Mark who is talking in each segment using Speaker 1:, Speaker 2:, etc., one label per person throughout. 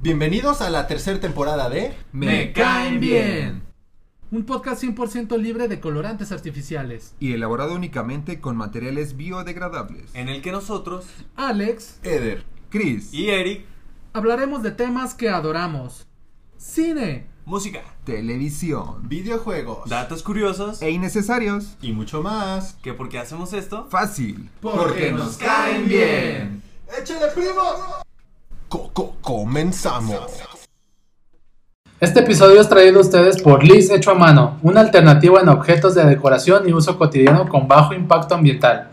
Speaker 1: Bienvenidos a la tercera temporada de
Speaker 2: Me caen bien. Un podcast 100% libre de colorantes artificiales.
Speaker 3: y elaborado únicamente con materiales biodegradables.
Speaker 4: en el que nosotros
Speaker 2: Alex,
Speaker 1: Eder.
Speaker 3: Chris,
Speaker 4: y Eric,
Speaker 2: hablaremos de temas que adoramos. Cine,
Speaker 4: música,
Speaker 3: televisión
Speaker 1: Videojuegos.
Speaker 4: datos curiosos
Speaker 3: e innecesarios.
Speaker 1: Y mucho más.
Speaker 4: que por qué hacemos esto.
Speaker 3: Fácil.
Speaker 1: Porque nos caen bien. ¡Échale, primo! comenzamos.
Speaker 5: Este episodio es traído a ustedes por Liz Hecho a Mano, una alternativa en objetos de decoración y uso cotidiano con bajo impacto ambiental.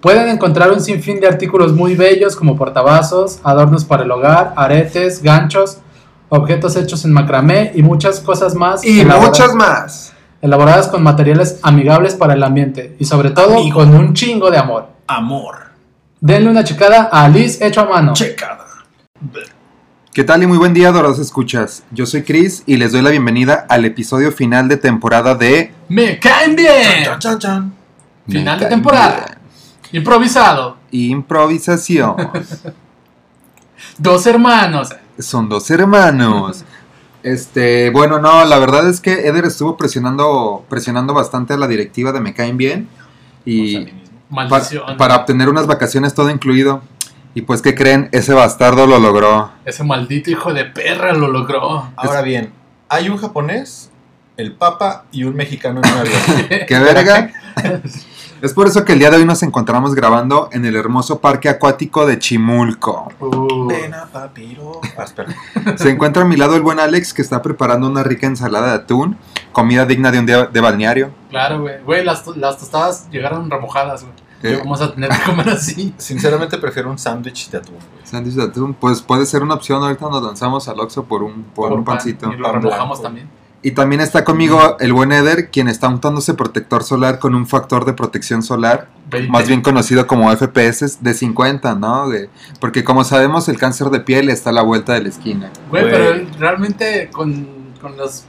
Speaker 5: Pueden encontrar un sinfín de artículos muy bellos como portavasos, adornos para el hogar, aretes, ganchos, objetos hechos en macramé y muchas cosas más elabora-
Speaker 3: más.
Speaker 5: elaboradas con materiales amigables para el ambiente y sobre todo con un chingo de amor.
Speaker 6: Amor.
Speaker 5: Denle una checada a Liz Hecho a Mano.
Speaker 6: Checada.
Speaker 3: ¿Qué tal y muy buen día, adorados escuchas? Yo soy Chris y les doy la bienvenida al episodio final de temporada de...
Speaker 5: ¡Me caen bien!
Speaker 6: Chan, chan, chan.
Speaker 5: Final de
Speaker 3: Me caen
Speaker 5: temporada. Improvisado.
Speaker 3: bien. Improvisación.
Speaker 5: Dos hermanos.
Speaker 3: Son dos hermanos. Este, bueno, no, la verdad es que Eder estuvo presionando, presionando bastante a la directiva de Me Caen Bien. Y, Pa-
Speaker 5: Maldición.
Speaker 3: Para, obtener unas vacaciones todo incluido. Y pues, ¿qué creen? Ese bastardo lo logró.
Speaker 5: Ese maldito hijo de perra lo logró.
Speaker 1: Ahora bien, hay un japonés, el papa y un mexicano en un avión.
Speaker 3: ¡Qué verga! es por eso que el día de hoy nos encontramos grabando en el hermoso parque acuático de Chimulco.
Speaker 5: Uh,
Speaker 6: Pena, papiro.
Speaker 1: Ah, espera.
Speaker 3: Se encuentra a mi lado el buen Alex que está preparando una rica ensalada de atún, comida digna de un día de balneario.
Speaker 5: claro, güey. Güey, las, to- las tostadas llegaron remojadas, güey.
Speaker 3: Eh,
Speaker 5: Vamos a tener que comer así.
Speaker 1: Sinceramente prefiero un sándwich de atún, güey.
Speaker 3: sándwich de atún, pues puede ser una opción. Ahorita nos lanzamos al Oxxo por un, por un
Speaker 5: pan,
Speaker 3: pancito.
Speaker 5: Y lo
Speaker 1: pan
Speaker 5: remojamos
Speaker 1: blanco.
Speaker 5: también.
Speaker 3: Y también está conmigo el buen Eder, quien está untándose protector solar con un factor de protección solar
Speaker 5: Veinte.
Speaker 3: más bien conocido como FPS de 50, ¿no? De- porque como sabemos el cáncer de piel está a la vuelta de la esquina.
Speaker 5: Güey,
Speaker 1: Güey.
Speaker 5: pero realmente con, con los,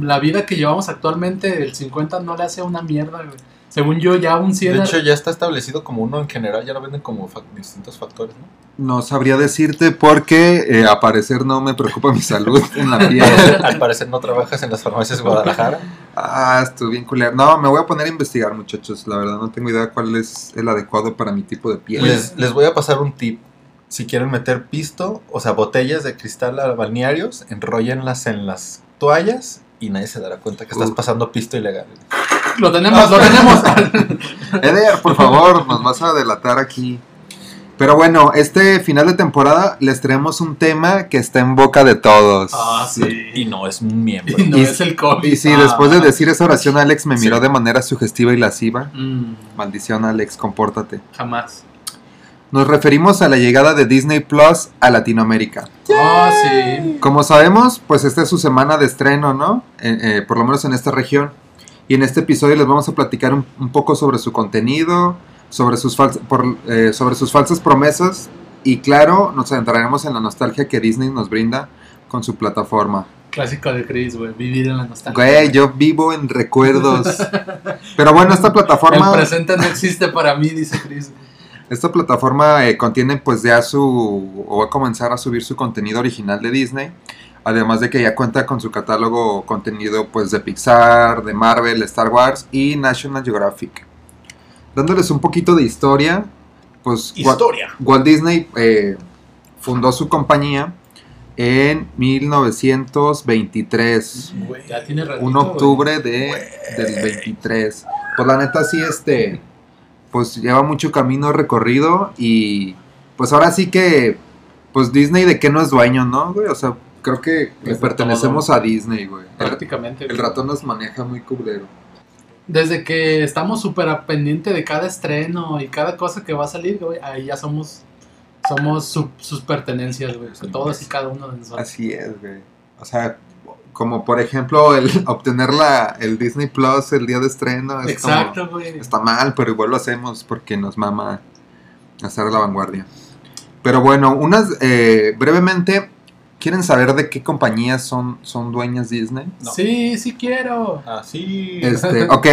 Speaker 5: la vida que llevamos actualmente, el 50 no le hace una mierda, güey. Según yo, ya un 100.
Speaker 1: De
Speaker 5: a-
Speaker 1: hecho, ya está establecido como uno en general, ya lo venden como fa- distintos factores, ¿no?
Speaker 3: No sabría decirte porque eh, a parecer no me preocupa mi salud en la piel.
Speaker 1: Al parecer no trabajas en las farmacias de Guadalajara.
Speaker 3: Ah, estuve bien culero. No, me voy a poner a investigar, muchachos. La verdad no tengo idea cuál es el adecuado para mi tipo de piel.
Speaker 1: Les, les voy a pasar un tip. Si quieren meter pisto, o sea, botellas de cristal a balnearios, enróllenlas en las toallas y nadie se dará cuenta que estás
Speaker 3: Uh.
Speaker 1: pasando pisto ilegal.
Speaker 5: Lo tenemos, lo tenemos.
Speaker 3: Eder, por favor, nos vas a delatar aquí. Pero bueno, este final de temporada les traemos un tema que está en boca de todos.
Speaker 5: Ah, sí.
Speaker 6: Eh.
Speaker 1: Y no es un miembro.
Speaker 5: Y no
Speaker 3: Y-
Speaker 5: es el COVID.
Speaker 3: Y sí,
Speaker 5: Ah.
Speaker 3: después de decir esa oración, Alex me miró de manera sugestiva y lasciva.
Speaker 5: Mm,
Speaker 3: Maldición, Alex, compórtate.
Speaker 5: jamás.
Speaker 3: Nos referimos a la llegada de Disney Plus a Latinoamérica.
Speaker 5: Ah, sí.
Speaker 3: Como sabemos, pues esta es su semana de estreno, ¿no? Eh, eh, por lo menos en esta región. Y en este episodio les vamos a platicar un, un poco sobre su contenido, sobre sus, fals- por- eh, sobre sus falsas promesas y claro, nos centraremos en la nostalgia que Disney nos brinda con su plataforma.
Speaker 5: Clásico de Chris, güey. Vivir en la nostalgia.
Speaker 3: Güey, yo vivo en recuerdos. Pero bueno, esta plataforma...
Speaker 5: El presente no existe para mí, dice Chris.
Speaker 3: Esta plataforma eh, contiene pues ya su o va a comenzar a subir su contenido original de Disney, además de que ya cuenta con su catálogo contenido pues de Pixar, de Marvel, Star Wars y National Geographic. Dándoles un poquito de historia, pues Wa-
Speaker 6: Historia.
Speaker 3: Walt Disney eh, fundó su compañía en 1923,
Speaker 5: Ya tiene ratito,
Speaker 3: 1 de octubre de, del 23. Pues la neta sí, este, pues lleva mucho camino recorrido y pues ahora sí que, pues Disney de qué no es dueño, ¿no, güey? O sea, creo que le
Speaker 5: Desde
Speaker 3: pertenecemos
Speaker 5: todo.
Speaker 3: a Disney, güey.
Speaker 5: güey.
Speaker 3: El,
Speaker 5: Prácticamente.
Speaker 3: el
Speaker 5: güey.
Speaker 3: ratón nos maneja muy cubrero.
Speaker 5: Desde que estamos súper a pendiente de cada estreno y cada cosa que va a salir, güey, ahí ya somos somos su- sus pertenencias, güey.
Speaker 3: Sí,
Speaker 5: Todos
Speaker 3: pues.
Speaker 5: y cada uno de nosotros.
Speaker 3: Así es, güey. O sea, como por ejemplo el obtener la, el Disney Plus el día de estreno. Es como-
Speaker 5: Exacto, güey.
Speaker 3: Está mal, pero igual lo hacemos porque nos mama hacer la vanguardia. Pero bueno, unas eh, brevemente, ¿Quieren saber de qué compañías son, son dueñas Disney?
Speaker 1: No.
Speaker 5: Sí, sí quiero.
Speaker 1: Ah, Así.
Speaker 3: Este, ok,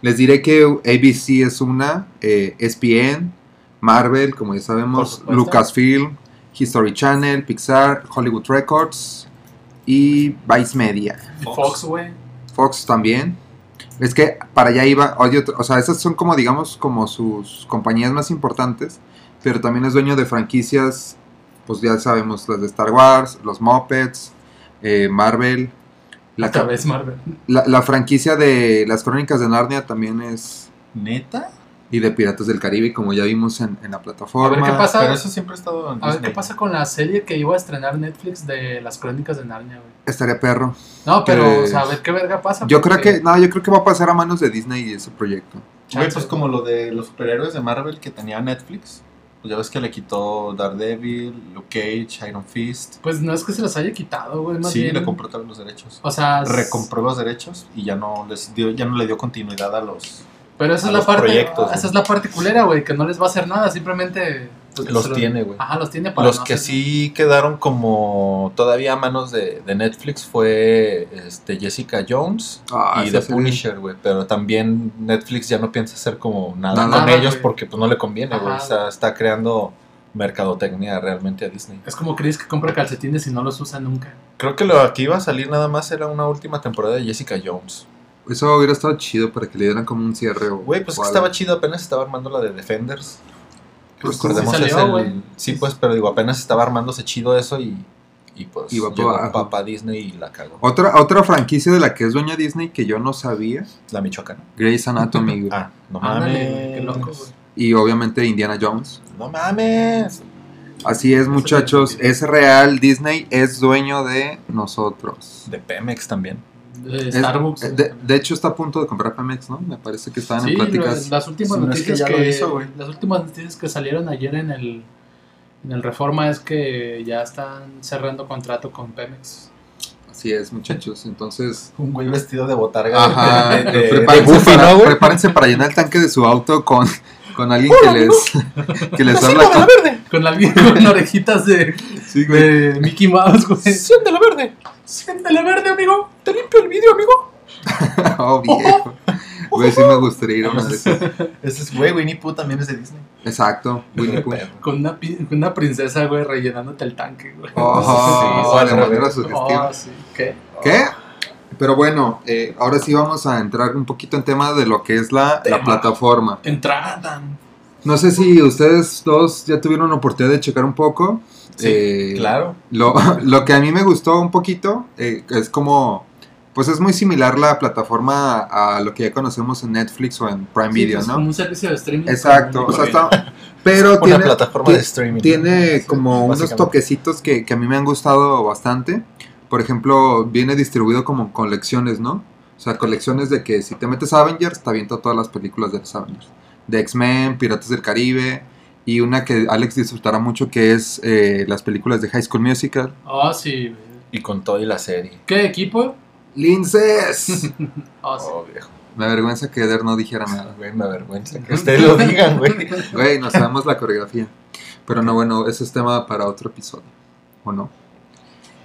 Speaker 3: les diré que ABC es una, eh, ESPN, Marvel, como ya
Speaker 5: Por
Speaker 3: sabemos,
Speaker 5: supuesto.
Speaker 3: Lucasfilm, History Channel, Pixar, Hollywood Records y Vice Media.
Speaker 5: Y
Speaker 1: Fox.
Speaker 5: Fox, güey.
Speaker 3: Fox también. Es que para allá iba, oye, otro- o sea, esas son como, digamos, como sus compañías más importantes, pero también es dueño de franquicias, pues ya sabemos, las de Star Wars, los Muppets, eh, Marvel, la,
Speaker 5: Otra vez Marvel.
Speaker 3: la, la franquicia de las Crónicas de Narnia también es,
Speaker 1: ¿Neta?
Speaker 3: y de Piratas del Caribe, como ya vimos en, en la
Speaker 5: A
Speaker 3: plataforma.
Speaker 5: ver qué pasa.
Speaker 1: Pero eso siempre ha estado en
Speaker 5: A ver
Speaker 1: Disney.
Speaker 5: qué pasa con la serie que iba a estrenar Netflix de las crónicas de Narnia, güey.
Speaker 3: Estaría perro.
Speaker 5: No, pero
Speaker 3: Pues,
Speaker 5: o sea, a ver qué verga pasa.
Speaker 3: Yo creo
Speaker 5: Ah, porque-
Speaker 3: que, no, yo creo que va a pasar a manos de Disney ese proyecto.
Speaker 1: Güey,
Speaker 5: Chance.
Speaker 1: pues como lo de los superhéroes de Marvel que tenía Netflix. Pues ya ves que le quitó Daredevil, Luke Cage, Iron Fist.
Speaker 5: Pues no es que se los haya quitado, güey. Más
Speaker 1: sí,
Speaker 5: bien.
Speaker 1: le compró todos los derechos.
Speaker 5: O sea, s-
Speaker 1: Recompró los derechos y ya no les dio, ya no le dio continuidad a los.
Speaker 5: pero esa
Speaker 1: a
Speaker 5: es la
Speaker 1: los
Speaker 5: parte.
Speaker 1: proyectos,
Speaker 5: esa
Speaker 1: güey.
Speaker 5: es la parte culera, güey, que no les va a hacer nada, simplemente. pues,
Speaker 1: Los
Speaker 5: se lo-
Speaker 1: tiene, güey.
Speaker 5: Ajá, los tiene para.
Speaker 1: Los
Speaker 5: no
Speaker 1: que
Speaker 5: hacer-
Speaker 1: sí quedaron como todavía a manos de, de Netflix fue este, Jessica Jones
Speaker 3: Ah,
Speaker 1: y
Speaker 3: esa
Speaker 1: The
Speaker 3: serie.
Speaker 1: Punisher, güey. Pero también Netflix ya no piensa hacer como nada
Speaker 3: Nada,
Speaker 1: con
Speaker 5: güey.
Speaker 1: ellos porque pues no le conviene, güey.
Speaker 5: Ajá.
Speaker 1: Está, está creando mercadotecnia realmente a Disney.
Speaker 5: Es como Chris que compra calcetines y no los usa nunca.
Speaker 1: Creo que lo que iba a salir nada más era una última temporada de Jessica Jones.
Speaker 3: Eso hubiera estado chido para que le dieran como un cierre. o-
Speaker 1: Güey, pues
Speaker 3: o
Speaker 1: que
Speaker 3: algo.
Speaker 1: estaba chido, apenas estaba armando la de Defenders.
Speaker 3: Pues sí
Speaker 1: Recordemos,
Speaker 5: salió,
Speaker 1: es el-
Speaker 5: güey.
Speaker 1: Sí, pues, pero digo, apenas estaba armándose chido eso y, y pues
Speaker 3: Iba pa'
Speaker 1: llegó
Speaker 3: abajo.
Speaker 1: papá Disney y la cagó.
Speaker 3: Otra, otra franquicia de la que es dueña Disney que yo no sabía,
Speaker 1: La Michoacana.
Speaker 3: Grey's Anatomy, güey.
Speaker 1: Ah, no
Speaker 5: Ándale,
Speaker 1: mames.
Speaker 5: güey, qué loco, güey.
Speaker 3: y obviamente Indiana Jones.
Speaker 1: No mames.
Speaker 3: Así es, muchachos, es real, Disney es dueño de nosotros.
Speaker 1: De Pemex también.
Speaker 5: De
Speaker 3: Es-
Speaker 5: Starbucks.
Speaker 3: eh,
Speaker 5: güey.
Speaker 3: de, de hecho está a punto de comprar Pemex, ¿no? Me parece que estaban
Speaker 5: Sí,
Speaker 3: en pláticas.
Speaker 5: lo- las últimas
Speaker 1: Si no es que
Speaker 5: noticias
Speaker 1: ya
Speaker 5: que,
Speaker 1: lo hizo, güey.
Speaker 5: las últimas noticias que salieron ayer en el en el Reforma es que ya están cerrando contrato con Pemex.
Speaker 3: Así es, muchachos, entonces...
Speaker 1: Un güey vestido de botarga.
Speaker 3: Ajá,
Speaker 1: de, de- de-
Speaker 3: prepárense,
Speaker 1: de Goofy,
Speaker 3: para,
Speaker 1: ¿no, güey?
Speaker 3: prepárense para llenar el tanque de su auto con, con alguien que les, que les habla con...
Speaker 5: Con alguien con orejitas de,
Speaker 3: Sí, güey.
Speaker 5: de Mickey Mouse, güey. Siéntela verde. Siéntela verde, amigo. Te limpio el vídeo, amigo.
Speaker 3: Oh, viejo. Güey, sí me gustaría ir a una de esas.
Speaker 1: Ese es, güey, Winnie Pooh también es de Disney.
Speaker 3: Exacto, Winnie Pooh.
Speaker 5: Con una, pi- con una princesa, güey, rellenándote el tanque, güey.
Speaker 3: Oh,
Speaker 1: Sí,
Speaker 3: la
Speaker 1: sí,
Speaker 3: manera
Speaker 1: sí.
Speaker 3: sugestiva.
Speaker 5: Oh, sí. ¿Qué?
Speaker 3: ¿Qué? Pero bueno, eh, ahora sí vamos a entrar un poquito en tema de lo que es la, la
Speaker 5: Tema.
Speaker 3: plataforma.
Speaker 5: Entradan.
Speaker 3: No sé si ustedes dos ya tuvieron la oportunidad de checar un poco. Eh,
Speaker 1: Claro.
Speaker 3: Lo, lo que a mí me gustó un poquito eh, es como, pues es muy similar la plataforma a lo que ya conocemos en Netflix o en Prime
Speaker 5: Sí,
Speaker 3: Video,
Speaker 5: pues,
Speaker 3: ¿no?
Speaker 5: Como un servicio de streaming.
Speaker 3: Exacto, o sea, está- pero
Speaker 1: Una
Speaker 3: tiene,
Speaker 1: plataforma
Speaker 3: ti-
Speaker 1: de streaming.
Speaker 3: tiene como unos
Speaker 1: básicamente.
Speaker 3: toquecitos que, que a mí me han gustado bastante. Por ejemplo, viene distribuido como colecciones, ¿no? O sea, colecciones de que si te metes a Avengers, te avienta todas las películas de los Avengers. De X-Men, Piratas del Caribe, y una que Alex disfrutará mucho que es eh, las películas de High School Musical.
Speaker 5: Oh, sí, güey.
Speaker 1: Y con todo y la serie.
Speaker 5: ¿Qué equipo?
Speaker 3: ¡Linces!
Speaker 5: Oh, sí.
Speaker 1: Oh, viejo.
Speaker 3: me avergüenza que Eder no dijera nada.
Speaker 1: Güey, me avergüenza que ustedes lo digan, güey.
Speaker 3: Güey, nos sabemos la coreografía. Pero no, bueno, ese es tema para otro episodio. ¿O no?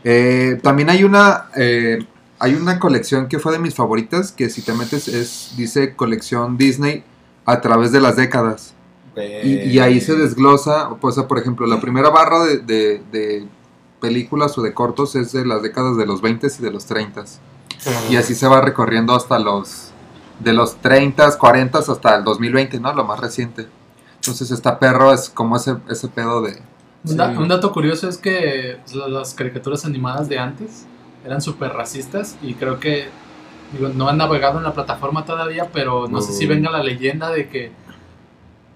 Speaker 3: Eh, también hay una. eh, hay una colección que fue de mis favoritas. Que si te metes es. Dice colección Disney a través de las décadas. Y,
Speaker 1: Eh,
Speaker 3: y ahí se desglosa. pues, O sea, por ejemplo, la primera barra de, de- de películas o de cortos es de las décadas de los 20 y de los 30. Y así se va recorriendo hasta los. De los 30, 40 hasta el 2020, ¿no? Lo más reciente. Entonces, esta perro es como ese, ese pedo de.
Speaker 5: Un, da- un dato curioso es que pues, la- las caricaturas animadas de antes eran súper racistas y creo que digo, no han navegado en la plataforma todavía, pero no sé si
Speaker 3: Mm.
Speaker 5: venga la leyenda de que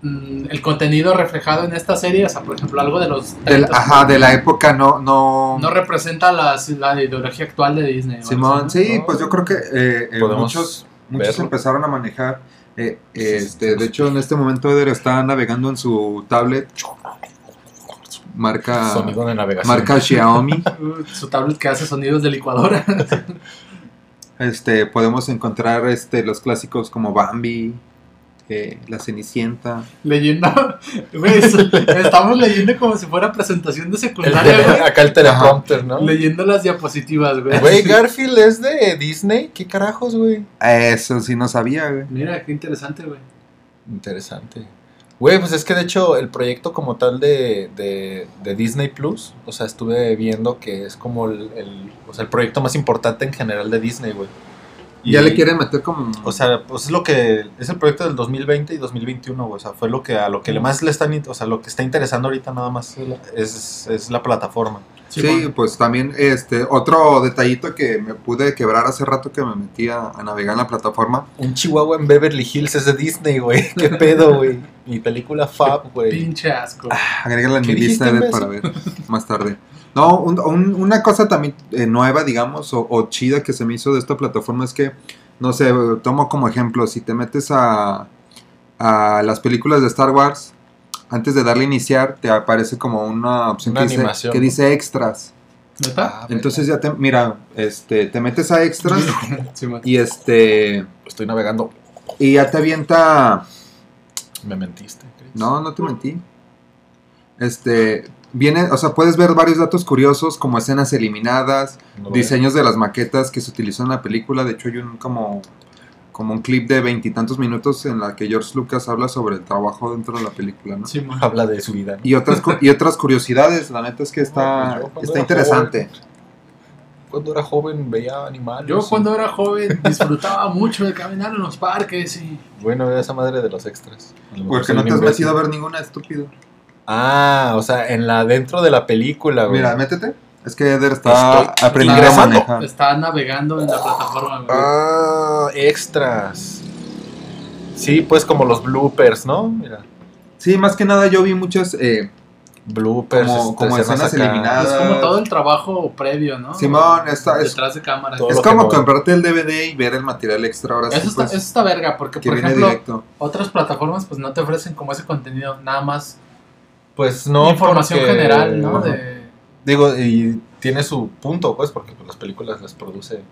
Speaker 5: mm, el contenido reflejado en esta serie, o sea, por ejemplo, algo de los...
Speaker 3: de la-
Speaker 5: 30,
Speaker 3: ajá, de la época no. no,
Speaker 5: No representa la, la ideología actual de Disney. ¿vale?
Speaker 3: Simón,
Speaker 5: Sí,
Speaker 3: sí, pues yo creo que eh, eh,
Speaker 1: Podemos
Speaker 3: muchos, muchos
Speaker 1: verlo.
Speaker 3: empezaron a manejar. eh, este, de hecho, en este momento Eder está navegando en su tablet. Marca.
Speaker 1: Sonido de navegación.
Speaker 3: Marca Xiaomi.
Speaker 5: ¿no? Uh, Su tablet que hace sonidos de licuadora.
Speaker 3: Este, podemos encontrar este, los clásicos como Bambi, eh, La Cenicienta.
Speaker 5: Leyenda. Güey, es- estamos leyendo como si fuera presentación de
Speaker 1: El
Speaker 5: secundaria,
Speaker 1: tele-
Speaker 5: güey.
Speaker 1: acá el teleprompter, ¿no?
Speaker 5: Leyendo las diapositivas, güey.
Speaker 1: Güey, Garfield es de Disney. ¿Qué carajos, güey?
Speaker 3: Eso sí no sabía, güey.
Speaker 5: Mira, qué interesante, güey.
Speaker 1: Interesante. Güey, pues es que de hecho el proyecto como tal de, de, de Disney Plus, o sea, estuve viendo que es como el, el- o sea, el proyecto más importante en general de Disney, güey.
Speaker 3: Ya le quieren meter como...
Speaker 1: O sea, pues es lo que es el proyecto del 2020 y 2021, güey. O sea, fue lo que a lo que le más le están, in- o sea, lo que está interesando ahorita nada más es, es la plataforma.
Speaker 3: Sí, pues también este otro detallito que me pude quebrar hace rato que me metí a, a navegar en la plataforma.
Speaker 1: Un chihuahua en Beverly Hills es de Disney, güey. Qué pedo, güey. Mi película Fab, güey.
Speaker 5: Pinche asco.
Speaker 3: Agrégala en
Speaker 1: ¿Qué
Speaker 3: mi lista
Speaker 1: dijiste,
Speaker 3: de- para ver más tarde. No, un- un- una cosa también eh, nueva, digamos, o, o chida que se me hizo de esta plataforma es que, no sé, tomo como ejemplo, si te metes a, a las películas de Star Wars, antes de darle a iniciar, te aparece como una opción
Speaker 1: Una
Speaker 3: que, dice,
Speaker 1: animación,
Speaker 3: que
Speaker 1: ¿no? Ah,
Speaker 3: dice extras.
Speaker 5: ¿Neta?
Speaker 3: Entonces ya te, mira, este, te metes a extras
Speaker 5: Sí, man.
Speaker 3: y este...
Speaker 1: estoy navegando.
Speaker 3: Y ya te avienta.
Speaker 1: Me mentiste, Chris.
Speaker 3: No, no te mentí. Este. Viene, o sea, puedes ver varios datos curiosos como escenas eliminadas,
Speaker 1: No lo
Speaker 3: diseños de las maquetas que se utilizó en la película. De hecho, hay un como, como un clip de veintitantos minutos en la que George Lucas habla sobre el trabajo dentro de la película, ¿no?
Speaker 5: Sí, man.
Speaker 1: veo. habla de su vida. ¿no?
Speaker 3: Y otras, cu- y otras curiosidades, la neta es que
Speaker 1: No,
Speaker 3: está,
Speaker 1: pues yo cuando
Speaker 3: está
Speaker 1: era
Speaker 3: interesante.
Speaker 1: Cuando era joven veía animales.
Speaker 5: Yo
Speaker 1: y-
Speaker 5: cuando era joven disfrutaba mucho de caminar en los parques y...
Speaker 1: Bueno, era esa madre de los extras. A lo mejor
Speaker 3: Porque
Speaker 1: soy
Speaker 3: no
Speaker 1: un
Speaker 3: te has
Speaker 1: imbécil.
Speaker 3: metido a ver ninguna, estúpido.
Speaker 1: Ah, o sea, en la dentro de la película, güey.
Speaker 3: Mira, métete. Es que Eder está
Speaker 1: Estoy
Speaker 3: aprendiendo a
Speaker 1: ingresando.
Speaker 3: manejar.
Speaker 5: Estaba navegando en la plataforma, güey.
Speaker 1: Ah, extras. Sí, pues como los bloopers, ¿no? Mira,
Speaker 3: Sí, más que nada yo vi muchas. eh,
Speaker 1: bloopers,
Speaker 3: Como-
Speaker 1: este,
Speaker 3: como escenas
Speaker 1: acá.
Speaker 3: eliminadas.
Speaker 5: Es como todo el trabajo previo, ¿no?
Speaker 3: Simón, esta es-
Speaker 5: Detrás de cámara.
Speaker 1: Todo
Speaker 3: Es
Speaker 1: lo que
Speaker 3: como
Speaker 1: no-
Speaker 3: comprarte el DVD y ver el material extra ahora sí,
Speaker 5: Eso, está,
Speaker 3: pues,
Speaker 5: eso está verga, porque
Speaker 3: que
Speaker 5: por
Speaker 3: viene
Speaker 5: ejemplo,
Speaker 3: directo.
Speaker 5: otras plataformas pues no te ofrecen como ese contenido, nada más
Speaker 1: Pues no,
Speaker 5: información
Speaker 1: porque-
Speaker 5: general, ¿no?
Speaker 1: Ajá.
Speaker 5: De-
Speaker 1: Digo, y tiene su punto, pues, porque pues, las películas las produce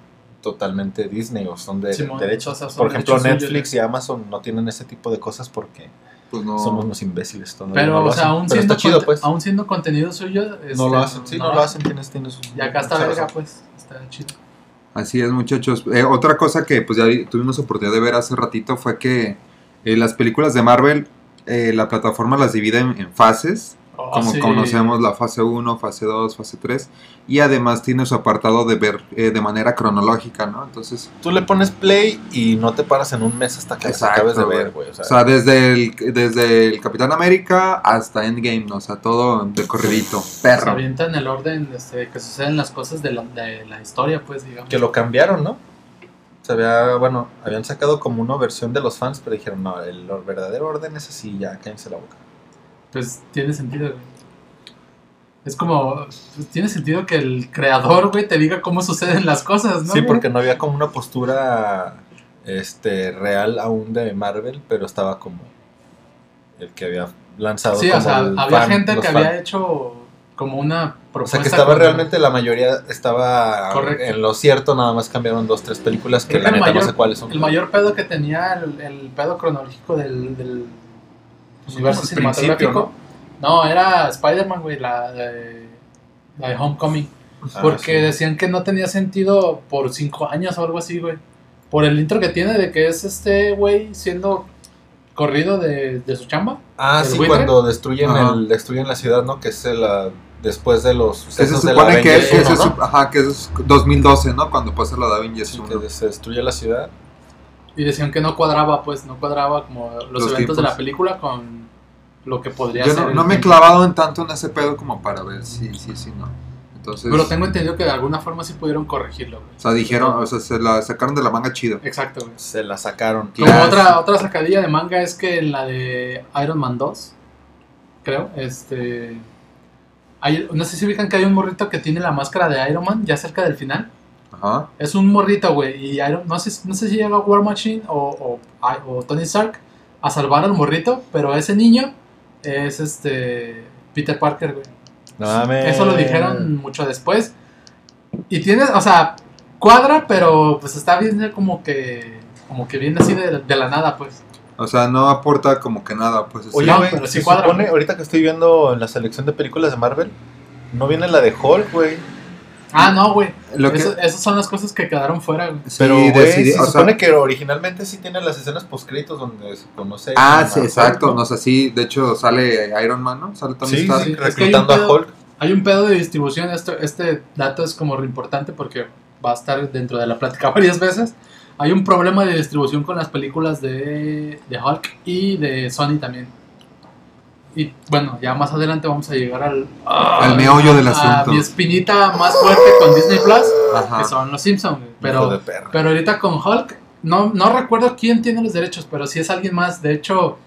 Speaker 1: totalmente Disney o son de
Speaker 5: Simón,
Speaker 1: derechos.
Speaker 5: o sea, son
Speaker 1: Por ejemplo,
Speaker 5: derechos suyos.
Speaker 1: Netflix y Amazon no tienen ese tipo de cosas porque
Speaker 3: Pues no.
Speaker 1: somos unos imbéciles. todo,
Speaker 5: Pero,
Speaker 1: no lo
Speaker 5: o sea,
Speaker 1: hacen.
Speaker 5: aún
Speaker 1: Pero
Speaker 5: siendo,
Speaker 1: está chido,
Speaker 5: conte-
Speaker 1: pues.
Speaker 5: aún siendo contenido suyo...
Speaker 1: no
Speaker 5: este,
Speaker 1: lo hacen, sí, no, lo hacen. Tienes, tienes
Speaker 5: Y acá está
Speaker 1: mucha
Speaker 5: verga,
Speaker 1: razón.
Speaker 5: pues. Está chido.
Speaker 3: Así es, muchachos. Eh, otra cosa que pues ya vi- tuvimos oportunidad de ver hace ratito fue que eh, las películas de Marvel, eh, la plataforma las divide en, en fases,
Speaker 5: Oh,
Speaker 3: como
Speaker 5: sí.
Speaker 3: conocemos la fase 1, fase 2, fase 3, y además tiene su apartado de ver eh, de manera cronológica, ¿no? Entonces,
Speaker 1: Tú le pones play y no te paras en un mes hasta que las
Speaker 3: Exacto,
Speaker 1: acabes de ver,
Speaker 3: güey.
Speaker 1: güey. O sea,
Speaker 3: o sea, desde el, desde el Capitán América hasta Endgame, ¿no? o sea, todo de corridito.
Speaker 5: Se
Speaker 3: Perro.
Speaker 5: avientan el orden este, que suceden las cosas de la, de la historia, pues, digamos.
Speaker 1: que lo cambiaron, ¿no? Se había, bueno, habían sacado como una versión de los fans, pero dijeron, no, el verdadero orden es así, ya, cállense la boca.
Speaker 5: Pues tiene sentido, güey. Es como. pues, tiene sentido que el creador, güey, te diga cómo suceden las cosas, Pues ¿no?
Speaker 1: Sí, porque no había como una postura este real aún de Marvel, pero estaba como el que había lanzado.
Speaker 5: Sí, o
Speaker 1: como
Speaker 5: sea,
Speaker 1: el
Speaker 5: había
Speaker 1: fan,
Speaker 5: gente
Speaker 1: los
Speaker 5: que
Speaker 1: fan.
Speaker 5: había hecho como una
Speaker 1: O
Speaker 5: propuesta.
Speaker 1: sea, que estaba
Speaker 5: con-
Speaker 1: realmente, la mayoría estaba
Speaker 5: Correcto.
Speaker 1: en lo cierto, nada más cambiaron dos, tres películas que
Speaker 5: Creo
Speaker 1: la
Speaker 5: que el
Speaker 1: neta no
Speaker 5: mayor-
Speaker 1: sé cuáles son.
Speaker 5: El mayor pedo que tenía el, el pedo cronológico del, del
Speaker 1: Pues,
Speaker 5: universo
Speaker 1: al
Speaker 5: cinematográfico.
Speaker 1: principio,
Speaker 5: ¿no? era Spider-Man, güey, la de, la de Homecoming.
Speaker 1: Ah,
Speaker 5: Porque
Speaker 1: sí.
Speaker 5: decían que no tenía sentido por cinco años o algo así, güey. Por el intro que tiene de que es este güey siendo corrido de, de su chamba.
Speaker 1: Ah,
Speaker 5: ¿El
Speaker 1: sí,
Speaker 5: buitre?
Speaker 1: cuando destruyen
Speaker 3: Ajá.
Speaker 1: el, destruyen la ciudad, ¿no? Que es la después de los
Speaker 3: Que se
Speaker 1: sucesos de la
Speaker 3: supone que,
Speaker 1: Avengers
Speaker 3: que
Speaker 1: 1,
Speaker 3: se
Speaker 1: ¿no?
Speaker 3: sup- ajá, que es 2012, ¿no? Cuando pasa la de Avengers
Speaker 1: Sí,
Speaker 3: 1.
Speaker 1: que se destruye la ciudad.
Speaker 5: Y decían que no cuadraba, pues, no cuadraba como los,
Speaker 3: Los
Speaker 5: eventos
Speaker 3: tipos.
Speaker 5: de la película con lo que podría
Speaker 3: Yo
Speaker 5: ser.
Speaker 3: no,
Speaker 5: el
Speaker 3: no me he
Speaker 5: tiempo.
Speaker 3: clavado en tanto en ese pedo como para ver si sí, sí, no. Entonces,
Speaker 5: Pero tengo entendido que de alguna forma sí pudieron corregirlo, güey.
Speaker 3: o sea, dijeron, o sea, se la sacaron de la manga chido.
Speaker 5: Exacto, güey.
Speaker 1: Se la sacaron. Ah,
Speaker 3: Claro.
Speaker 5: Como otra, otra sacadilla de manga es que en la de Iron Man 2, creo, este... hay- no sé si ubican que hay un morrito que tiene la máscara de Iron Man ya cerca del final.
Speaker 3: Ajá.
Speaker 5: Es un morrito, güey. Y Iron- no, sé, no sé si llega War Machine o, o- o Tony Stark a salvar al morrito, pero ese niño es este Peter Parker, güey.
Speaker 1: No mames.
Speaker 5: Eso lo dijeron mucho después. Y tienes, o sea, cuadra, pero pues está bien como que como que viene así de, de la nada, pues.
Speaker 3: O sea, no aporta como que nada, pues. así.
Speaker 1: Oye,
Speaker 5: No,
Speaker 1: güey,
Speaker 5: pero sí
Speaker 1: se
Speaker 5: cuadra,
Speaker 1: supone,
Speaker 5: güey.
Speaker 1: ahorita que estoy viendo la selección de películas de Marvel, no viene la de Hulk, güey.
Speaker 5: Ah, no, güey.
Speaker 3: Lo que-
Speaker 5: Eso- Esas son las cosas que quedaron fuera, güey.
Speaker 3: Sí,
Speaker 1: Pero, güey,
Speaker 3: decide-
Speaker 1: se
Speaker 3: o sea-
Speaker 1: supone que originalmente sí tiene las escenas postcritos donde se conoce.
Speaker 3: Ah,
Speaker 1: a
Speaker 3: sí,
Speaker 1: Hulk,
Speaker 3: exacto.
Speaker 1: ¿no?
Speaker 3: No sé, sí, de hecho sale Iron Man, ¿no? Sale Tony
Speaker 1: Sí,
Speaker 3: Stark.
Speaker 1: sí,
Speaker 5: Es que hay un
Speaker 1: reclutando a
Speaker 5: pedo-
Speaker 1: Hulk.
Speaker 5: Hay un pedo de distribución. Esto, este dato es como re importante porque va a estar dentro de la plática varias veces. Hay un problema de distribución con las películas de, de Hulk y de Sony también. Y bueno, ya más adelante vamos a llegar al,
Speaker 3: Al meollo del
Speaker 1: Ah,
Speaker 5: a
Speaker 3: asunto.
Speaker 5: mi espinita más fuerte con Disney Plus,
Speaker 3: Ajá.
Speaker 5: que son los Simpsons.
Speaker 1: Hijo de
Speaker 5: Pero,
Speaker 1: perra.
Speaker 5: pero ahorita con Hulk, no, no recuerdo quién tiene los derechos, pero si es alguien más. De hecho,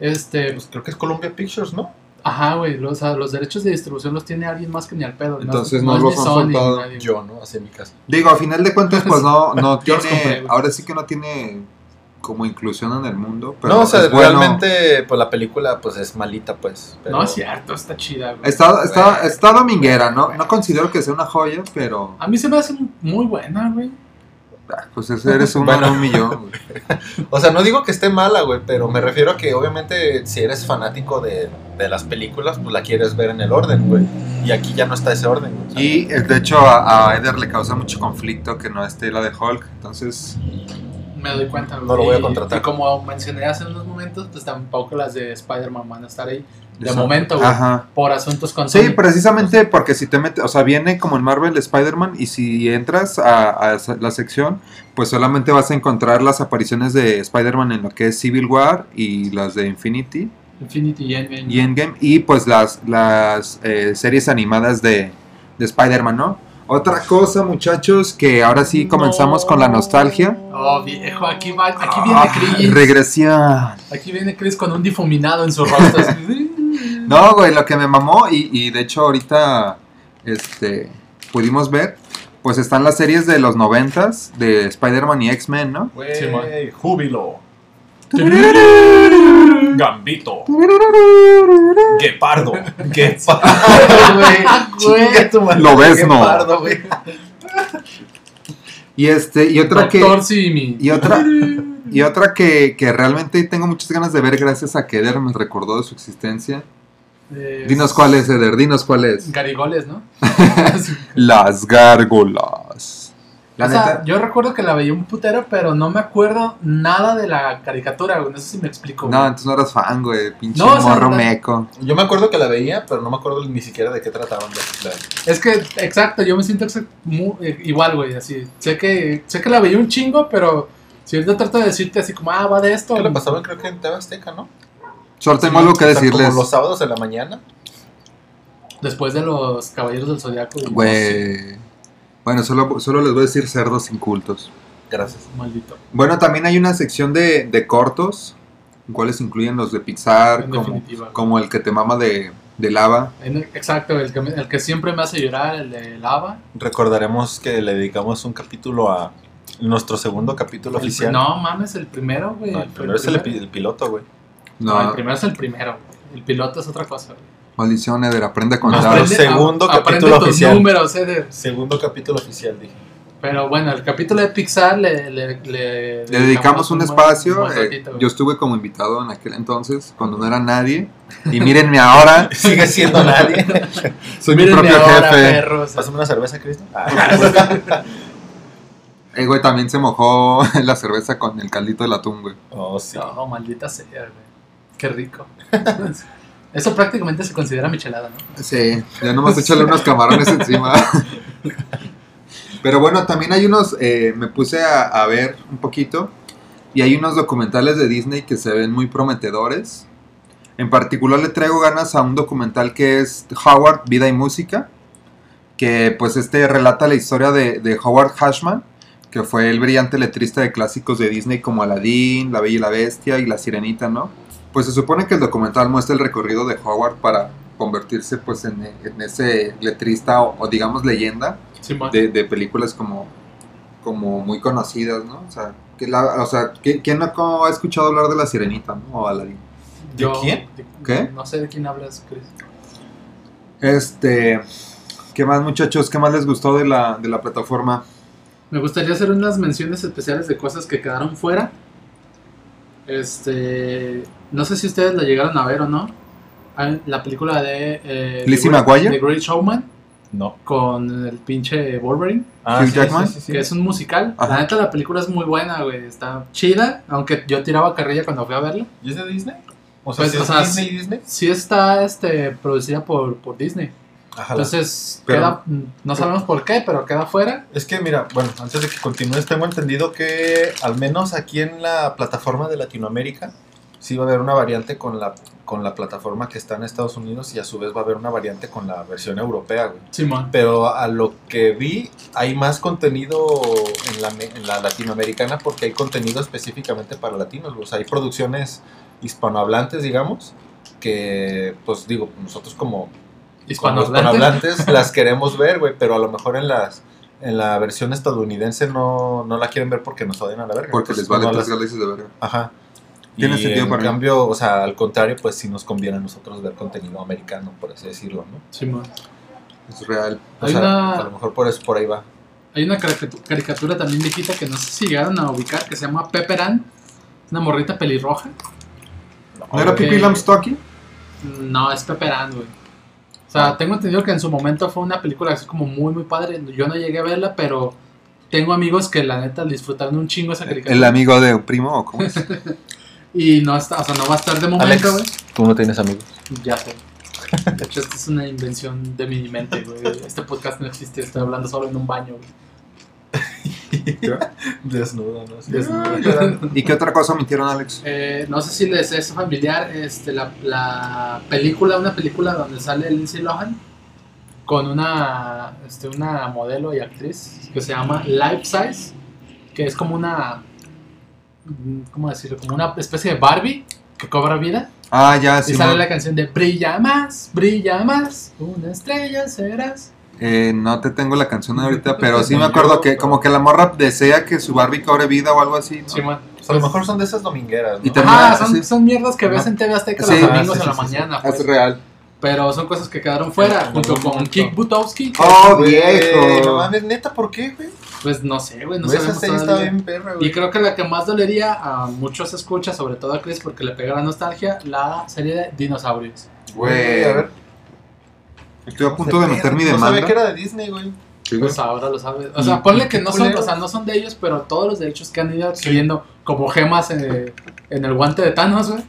Speaker 5: este,
Speaker 1: Pues creo que es Columbia Pictures, ¿no?
Speaker 5: Ajá, güey, los, o sea, los derechos de distribución los tiene alguien más que ni al pedo.
Speaker 3: Entonces
Speaker 5: es-
Speaker 3: no
Speaker 5: es
Speaker 3: los
Speaker 5: ni
Speaker 3: han
Speaker 5: Sony ni
Speaker 3: soltado.
Speaker 5: nadie, güey.
Speaker 1: Yo, ¿no? Así en mi casa.
Speaker 3: Digo, a final de cuentas, pues no, no
Speaker 5: Yo los compré,
Speaker 3: tiene.
Speaker 5: güey.
Speaker 3: Ahora sí que no tiene como inclusión en el mundo. Pero
Speaker 1: No, o sea,
Speaker 3: Pues, es bueno.
Speaker 1: realmente, pues la película, pues es malita, pues. pero-
Speaker 5: No es cierto, está chida, güey.
Speaker 3: Está, está, está dominguera, ¿no? No considero que sea una joya, pero.
Speaker 5: A mí se me hace muy buena, güey.
Speaker 3: ah, Pues ese eres uno
Speaker 1: Bueno.
Speaker 3: de un millón. güey.
Speaker 1: O sea, no digo que esté mala, güey, pero me refiero a que obviamente si eres fanático de, de las películas, pues la quieres ver en el orden, güey. Y aquí ya no está ese orden, güey. O sea,
Speaker 3: Y eh, de hecho, a, a Eder le causa mucho conflicto que no esté la de Hulk. Entonces,
Speaker 5: Me doy cuenta, güey.
Speaker 1: No lo voy a
Speaker 5: Y-
Speaker 1: contratar.
Speaker 5: Y como mencioné hace unos momentos, pues tampoco las de Spider-Man van a estar ahí. De
Speaker 3: Exacto.
Speaker 5: momento, güey.
Speaker 3: ajá.
Speaker 5: Por asuntos con
Speaker 3: Sí,
Speaker 5: Sony.
Speaker 3: precisamente porque si te metes, o sea, viene como en Marvel Spider-Man y si entras a, a esa- la sección, pues solamente vas a encontrar las apariciones de Spider-Man en lo que es Civil War y las de Infinity
Speaker 5: Infinity y Endgame.
Speaker 3: y Endgame y pues las, las eh, series animadas de, de Spider-Man, ¿no? Otra cosa, muchachos, que ahora sí comenzamos con la nostalgia.
Speaker 5: Oh, viejo, aquí, va, aquí
Speaker 3: Ah,
Speaker 5: viene Chris.
Speaker 3: regresión.
Speaker 5: Aquí viene Chris con un difuminado en su rostro. así.
Speaker 3: No, güey, lo que me mamó, y, y de hecho ahorita este, pudimos ver, pues están las series de los noventas, de Spider-Man y X-Men, ¿no?
Speaker 6: Güey,
Speaker 5: Simón.
Speaker 6: júbilo. Gambito. Guepardo. Guepardo.
Speaker 5: Ah, güey.
Speaker 1: Chinga tu madre,
Speaker 3: Lo ves,
Speaker 1: qué
Speaker 3: no.
Speaker 1: pardo, güey.
Speaker 3: Y este, y otra que.
Speaker 5: Doctor Simi.
Speaker 3: Y otra, y otra que, que realmente tengo muchas ganas de ver gracias a que Eder me recordó de su existencia.
Speaker 5: Eh,
Speaker 3: Dinos cuál es, Eder, dinos cuál es.
Speaker 5: Garigoles, ¿no?
Speaker 3: Las gárgolas. La
Speaker 5: o sea,
Speaker 3: neta,
Speaker 5: yo recuerdo que la veía un putero, pero no me acuerdo nada de la caricatura, güey. No sé si me explico.
Speaker 3: no,
Speaker 5: güey.
Speaker 3: entonces no eras fan, güey, pinche
Speaker 5: No, o sea,
Speaker 3: morro
Speaker 5: la-
Speaker 3: meco.
Speaker 1: Yo me acuerdo que la veía, pero no me acuerdo ni siquiera de qué trataban. de- de-
Speaker 5: Es que, exacto, yo me siento exa- mu- eh, igual, güey. Así, sé que, sé que la veía un chingo, pero si ahorita trato de decirte así como, ah, va de esto.
Speaker 1: ¿Qué le pasaban? Creo que en TV Azteca, ¿no?
Speaker 3: Solo tengo algo que
Speaker 1: O sea,
Speaker 3: decirles.
Speaker 1: Como los sábados de la mañana.
Speaker 5: Después de los Caballeros del Zodiaco. güey.
Speaker 3: Güey. Bueno, solo, solo les voy a decir cerdos incultos.
Speaker 1: Gracias.
Speaker 5: Maldito.
Speaker 3: Bueno, también hay una sección de, de cortos, cuáles incluyen los de Pixar,
Speaker 5: En
Speaker 3: como,
Speaker 5: definitiva. güey.
Speaker 3: como el que te mama de, de lava.
Speaker 5: En- Exacto, el que, me- el que siempre me hace llorar, el de Lava.
Speaker 1: Recordaremos que le dedicamos un capítulo a nuestro segundo capítulo
Speaker 5: El-
Speaker 1: oficial.
Speaker 5: no mames, el primero, güey.
Speaker 1: No, el
Speaker 5: Fue
Speaker 1: primero es el,
Speaker 5: primero.
Speaker 1: epi- el piloto, güey.
Speaker 5: No, el
Speaker 3: No,
Speaker 5: primero es el primero. güey. El piloto es otra cosa. güey.
Speaker 3: maldición, Eder, aprende a
Speaker 1: Claro,
Speaker 3: contar.
Speaker 1: Aprende- segundo
Speaker 5: a- aprende
Speaker 1: capítulo
Speaker 5: tus
Speaker 1: oficial.
Speaker 5: números, Eder.
Speaker 1: Segundo capítulo oficial, dije.
Speaker 5: Pero bueno, el capítulo de Pixar le, le, le
Speaker 3: Le dedicamos un
Speaker 5: buen- un
Speaker 3: espacio.
Speaker 5: buen
Speaker 3: eh,
Speaker 5: ratito, güey.
Speaker 3: yo estuve como invitado en aquel entonces, cuando no era nadie. Y mírenme ahora,
Speaker 1: Sigue siendo nadie.
Speaker 3: soy mi
Speaker 5: Mírenme
Speaker 3: propio
Speaker 5: ahora,
Speaker 3: jefe.
Speaker 5: perros.
Speaker 1: Pásame una cerveza, Cristo. Ah,
Speaker 3: Eh, güey, también se mojó la cerveza con el caldito del atún, güey.
Speaker 1: oh, sí.
Speaker 5: No, maldita sea, güey. Qué rico. Eso prácticamente se considera michelada, ¿no?
Speaker 3: Sí, ya nomás échale unos camarones encima. Pero bueno, también hay unos, eh, me puse a, a ver un poquito, y hay unos documentales de Disney que se ven muy prometedores. En particular le traigo ganas a un documental que es Howard, Vida y Música, que pues este relata la historia de, de Howard Hashman, que fue el brillante letrista de clásicos de Disney como Aladdin, La Bella y la Bestia y La Sirenita, ¿no? Pues se supone que el documental muestra el recorrido de Howard para convertirse pues en, en ese letrista o, o, digamos leyenda
Speaker 5: Simón.
Speaker 3: de, de películas como, como muy conocidas, ¿no? O sea, que la- o sea ¿qui- ¿quién no co- ha escuchado hablar de La Sirenita, ¿no? O Aladdin.
Speaker 5: Yo-
Speaker 1: quién?
Speaker 5: de-
Speaker 3: ¿Qué?
Speaker 5: No sé de quién hablas, Chris.
Speaker 3: Este, ¿qué más muchachos? ¿Qué más les gustó de la, de la plataforma?
Speaker 5: Me gustaría hacer unas menciones especiales de cosas que quedaron fuera. Este, no sé si ustedes la llegaron a ver o no. Hay La película de eh,
Speaker 3: Lizzie
Speaker 5: The Great-
Speaker 3: McGuire.
Speaker 5: The Great Showman
Speaker 1: No.
Speaker 5: con el pinche Wolverine,
Speaker 1: Ah,
Speaker 3: Hugh
Speaker 1: sí,
Speaker 3: Jackman.
Speaker 1: sí, sí, sí.
Speaker 5: que es un musical. La
Speaker 3: Ajá.
Speaker 5: neta la película es muy buena, güey, está chida, aunque yo tiraba carrilla cuando fui a verla.
Speaker 1: ¿Y es de Disney? O sea,
Speaker 5: Pues,
Speaker 1: ¿sí
Speaker 5: o
Speaker 1: ¿es
Speaker 5: sea,
Speaker 1: Disney Disney?
Speaker 5: Sí está este producida por, por Disney.
Speaker 1: Ajá.
Speaker 5: Entonces,
Speaker 3: Pero-
Speaker 5: queda, no sabemos por qué, pero queda fuera.
Speaker 1: Es que mira, bueno, antes de que continúes, tengo entendido que al menos aquí en la plataforma de Latinoamérica sí va a haber una variante con la con la plataforma que está en Estados Unidos y a su vez va a haber una variante con la versión europea, güey.
Speaker 5: Simón.
Speaker 1: Pero a lo que vi, hay más contenido en la, me- en la latinoamericana porque hay contenido específicamente para latinos. güey. O sea, hay producciones hispanohablantes, digamos, que, pues digo, nosotros como como
Speaker 5: Hispanohablante.
Speaker 1: hispanohablantes las queremos ver, güey, pero a lo mejor en las en la versión estadounidense no, no la quieren ver porque nos odian a la verga.
Speaker 5: Pues
Speaker 3: Porque les
Speaker 1: Entonces,
Speaker 3: vale
Speaker 1: no
Speaker 3: tres
Speaker 1: las-
Speaker 3: galaxias de verga.
Speaker 1: Ajá.
Speaker 3: Tiene
Speaker 1: y
Speaker 3: sentido
Speaker 1: en
Speaker 3: para mí.
Speaker 1: cambio, o sea, al contrario, pues sí nos conviene a nosotros ver contenido americano, por así decirlo, ¿no?
Speaker 5: Simón.
Speaker 3: Es real.
Speaker 1: O
Speaker 5: Hay
Speaker 1: sea,
Speaker 5: una-
Speaker 1: a lo mejor por eso por ahí va.
Speaker 5: Hay una carica- caricatura también viejita que no sé si llegaron a ubicar, que se llama Pepperan. Una morrita pelirroja.
Speaker 3: ¿No era
Speaker 5: Ok.
Speaker 3: Pippi Lamstocky?
Speaker 5: No, es Pepperan, güey. O sea, tengo entendido que en su momento fue una película así como muy, muy padre. Yo no llegué a verla, pero tengo amigos que la neta disfrutaron un chingo esa caricatura.
Speaker 3: ¿El amigo de un primo o cómo es?
Speaker 5: Y no está, o sea, no va a estar de momento, güey.
Speaker 1: Alex, tú no tienes amigos.
Speaker 5: Ya sé. De hecho, esta es una invención de mi mente, güey. Este podcast no existe, estoy hablando solo en un baño, güey.
Speaker 1: Desnudo, ¿no? Sí.
Speaker 5: Desnudo.
Speaker 3: ¿Y qué otra cosa mintieron, Alex?
Speaker 5: Eh, no sé si les es familiar este, la, la película, una película donde sale Lindsay Lohan con una, este, una modelo y actriz que se llama Life Size, que es como una, mm, ¿cómo decirlo? Como una especie de Barbie que cobra vida.
Speaker 3: Ah, ya,
Speaker 5: y
Speaker 3: sí.
Speaker 5: sale la canción de Brilla más, brilla más, una estrella serás.
Speaker 3: Eh, no te tengo la canción ahorita, pero sí me
Speaker 1: Yo-
Speaker 3: acuerdo que como que la morra desea que su Barbie cobre vida o algo así. ¿no?
Speaker 5: Sí, man.
Speaker 1: a lo mejor son de esas domingueras, ¿no?
Speaker 3: Y te-
Speaker 5: Ajá,
Speaker 3: Sí.
Speaker 5: son, son mierdas que ves en TV Azteca
Speaker 3: Sí.
Speaker 5: los domingos
Speaker 1: Sí,
Speaker 5: en la
Speaker 1: sí, sí, sí.
Speaker 5: mañana. pues.
Speaker 3: Es real.
Speaker 5: Pero son cosas que quedaron fuera,
Speaker 1: Sí,
Speaker 5: junto
Speaker 1: no, no,
Speaker 5: con
Speaker 1: no.
Speaker 5: Kick Butowski. que,
Speaker 3: ¡Oh,
Speaker 1: Güey, No
Speaker 3: viejo!
Speaker 1: mames, neta, ¿por qué, güey?
Speaker 5: Pues no sé, güey, no
Speaker 1: Güey, esa
Speaker 5: sabemos
Speaker 1: serie está
Speaker 5: todavía.
Speaker 1: bien perra,
Speaker 5: Y
Speaker 1: güey.
Speaker 5: creo que la que más dolería a muchos escuchas, sobre todo a Chris, porque le pega la nostalgia, la serie de dinosaurios.
Speaker 3: Güey,
Speaker 1: a ver.
Speaker 3: Estoy a punto de meter mi
Speaker 1: No sabía que
Speaker 3: demanda.
Speaker 1: era de Disney, güey.
Speaker 3: Sí, güey.
Speaker 5: Pues ahora lo sabes. O
Speaker 1: Y-
Speaker 5: sea, ponle que
Speaker 1: qué
Speaker 5: no son,
Speaker 1: culero.
Speaker 5: o sea, no son de ellos, pero todos los derechos que han ido adquiriendo como gemas eh, en el guante de Thanos, güey.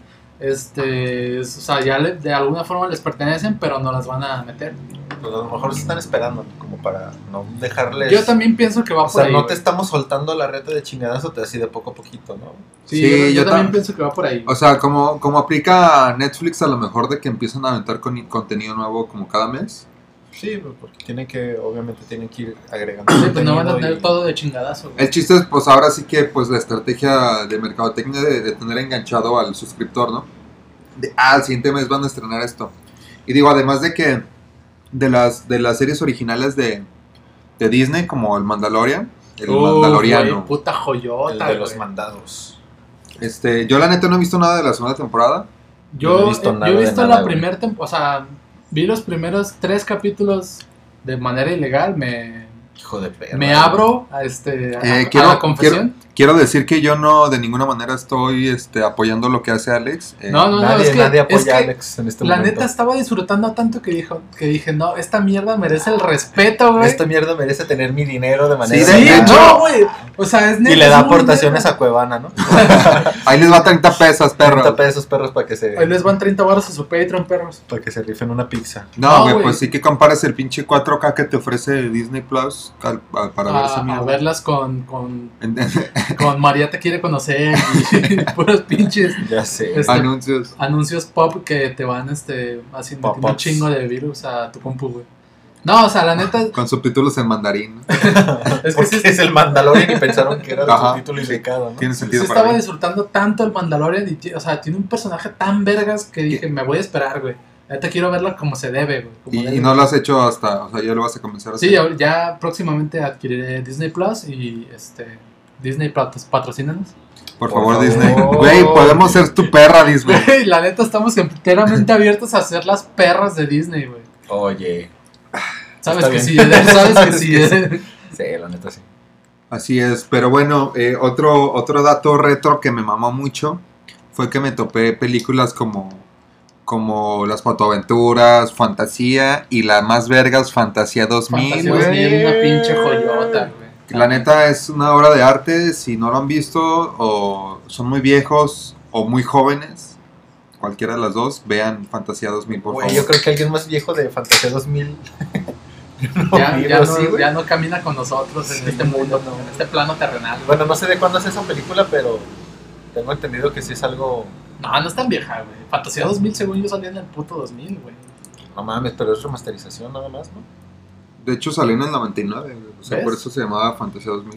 Speaker 5: Este, es- o sea, ya le- de alguna forma les pertenecen, pero no las van a meter.
Speaker 1: Pues a lo mejor se están esperando, ¿no? como para no dejarles.
Speaker 5: Yo también pienso que va
Speaker 1: O
Speaker 5: por
Speaker 1: sea,
Speaker 5: ahí.
Speaker 1: no te
Speaker 5: güey.
Speaker 1: estamos soltando la reta de chingadazo, te así de poco a poquito, ¿no?
Speaker 5: Sí,
Speaker 3: Sí,
Speaker 5: yo, yo
Speaker 3: yo
Speaker 5: también
Speaker 3: tam-
Speaker 5: pienso que va por ahí.
Speaker 3: O sea, como, como aplica Netflix a lo mejor de que empiezan a aventar con contenido nuevo como cada mes.
Speaker 1: Sí, pues, porque tienen que, obviamente tienen que ir agregando.
Speaker 5: Sí, pues no van a
Speaker 1: contenido
Speaker 5: tener
Speaker 1: y-
Speaker 5: todo de chingadazo. güey.
Speaker 3: El chiste es, pues ahora sí que pues la estrategia de mercadotecnia de, de tener enganchado al suscriptor, ¿no? De, ah, el siguiente mes van a estrenar esto. Y digo, además de que de las, de las series originales de, de Disney, como El Mandalorian, El
Speaker 5: Uh,
Speaker 3: Mandaloriano,
Speaker 5: güey, puta
Speaker 1: El
Speaker 5: joyota,
Speaker 1: de los
Speaker 5: güey.
Speaker 1: mandados.
Speaker 3: este, yo la neta no he visto nada de la segunda temporada.
Speaker 5: Yo, eh, yo he
Speaker 1: No he visto
Speaker 5: visto,
Speaker 1: nada de nada,
Speaker 5: la
Speaker 1: güey.
Speaker 5: primera temporada, o sea, vi los primeros tres capítulos de manera ilegal, me,
Speaker 1: Hijo de perra.
Speaker 5: me
Speaker 1: güey.
Speaker 5: abro a, este, a-
Speaker 3: Eh,
Speaker 5: a
Speaker 3: quiero-
Speaker 5: la confesión.
Speaker 3: Quiero decir que yo no de ninguna manera estoy este, apoyando lo que hace Alex. eh,
Speaker 5: No, no,
Speaker 1: Nadie,
Speaker 5: es que-
Speaker 1: nadie apoya
Speaker 5: es que
Speaker 1: a Alex en este
Speaker 5: la
Speaker 1: momento.
Speaker 5: neta estaba disfrutando tanto que, dijo, que dije, no, esta mierda merece el respeto, güey.
Speaker 1: Esta mierda merece tener mi dinero de manera.
Speaker 3: de-
Speaker 5: Sí,
Speaker 3: de hecho-
Speaker 5: no, güey. O sea, es
Speaker 1: y
Speaker 5: neta,
Speaker 1: le
Speaker 5: es
Speaker 1: da
Speaker 5: muy
Speaker 1: aportaciones
Speaker 5: neta.
Speaker 1: a Cuevana, ¿no?
Speaker 3: Ahí les va 30 pesas, perro.
Speaker 1: 30 pesos perros para que se
Speaker 5: Ahí les van 30 baros a su Patreon, perros.
Speaker 1: para que se rifen una pizza.
Speaker 3: No,
Speaker 5: No,
Speaker 3: güey,
Speaker 5: güey.
Speaker 3: pues sí que compares el pinche 4K que te ofrece Disney Plus al- a- para ver esa
Speaker 5: A, Ah, a Este.
Speaker 3: mierda.
Speaker 5: verlas con, con,
Speaker 3: En-
Speaker 5: con María te quiere conocer y puros pinches
Speaker 1: Ya sé.
Speaker 5: Es-
Speaker 3: Anuncios.
Speaker 5: anuncios pop que te van este haciendo
Speaker 1: Pop-ups.
Speaker 5: un chingo de virus a tu compu, güey. No, o sea, la neta
Speaker 3: Con subtítulos en mandarín.
Speaker 5: es que
Speaker 1: Porque
Speaker 5: sí,
Speaker 1: es el Mandalorian y pensaron que era
Speaker 3: Ajá.
Speaker 1: el título indicado, ¿no?
Speaker 3: Tiene
Speaker 5: sí
Speaker 3: sentido para
Speaker 5: estaba
Speaker 3: mí.
Speaker 5: disfrutando tanto el Mandalorian y ti- o sea, tiene un personaje tan vergas que dije, me voy a esperar, güey. Ya te quiero verlo como se debe, güey. como
Speaker 3: Y,
Speaker 5: debe.
Speaker 3: y no lo has hecho hasta, o sea, ya lo vas a comenzar a hacer.
Speaker 5: Sí, ya, ya próximamente adquiriré Disney Plus y este Disney Plus patrocínanos.
Speaker 3: Por
Speaker 1: Por
Speaker 3: favor,
Speaker 1: favor.
Speaker 3: Disney. Güey, podemos ser tu perra, Disney.
Speaker 5: Güey, la neta estamos enteramente abiertos a ser las perras de Disney, güey.
Speaker 1: Oye.
Speaker 5: Sabes
Speaker 1: Está
Speaker 5: que
Speaker 1: bien.
Speaker 5: sí, sabes que
Speaker 1: Sabes
Speaker 5: sí.
Speaker 1: que
Speaker 5: eh.
Speaker 1: Sí, la neta sí.
Speaker 3: Así es, pero bueno, eh, otro, otro dato retro que me mamó mucho fue que me topé películas como, como Las Patoaventuras, Fantasía y la más vergas, Fantasía 2000.
Speaker 5: Fantasía
Speaker 3: güey.
Speaker 5: 2000, una pinche joyota, güey. Ah,
Speaker 3: La neta es una obra de arte, si no lo han visto o son muy viejos o muy jóvenes, cualquiera de las dos, vean Fantasía 2000 por
Speaker 1: Güey,
Speaker 3: favor.
Speaker 1: yo creo que alguien más viejo de Fantasía 2000.
Speaker 5: Ya,
Speaker 1: vivo
Speaker 5: ya,
Speaker 1: así,
Speaker 5: no,
Speaker 1: güey.
Speaker 5: ya no camina con nosotros en
Speaker 1: Sí,
Speaker 5: este mundo,
Speaker 1: no.
Speaker 5: en este plano terrenal. güey.
Speaker 1: Bueno, no sé de cuándo es esa película, pero tengo entendido que sí es algo.
Speaker 5: No, no es tan vieja, güey. Fantasía 2000, según yo, salía en el puto 2000, güey.
Speaker 1: No mames, pero es remasterización nada más, ¿no?
Speaker 3: De hecho salió en el 99, güey, o sea,
Speaker 5: ¿Ves?
Speaker 3: por eso se llamaba Fantasía 2000.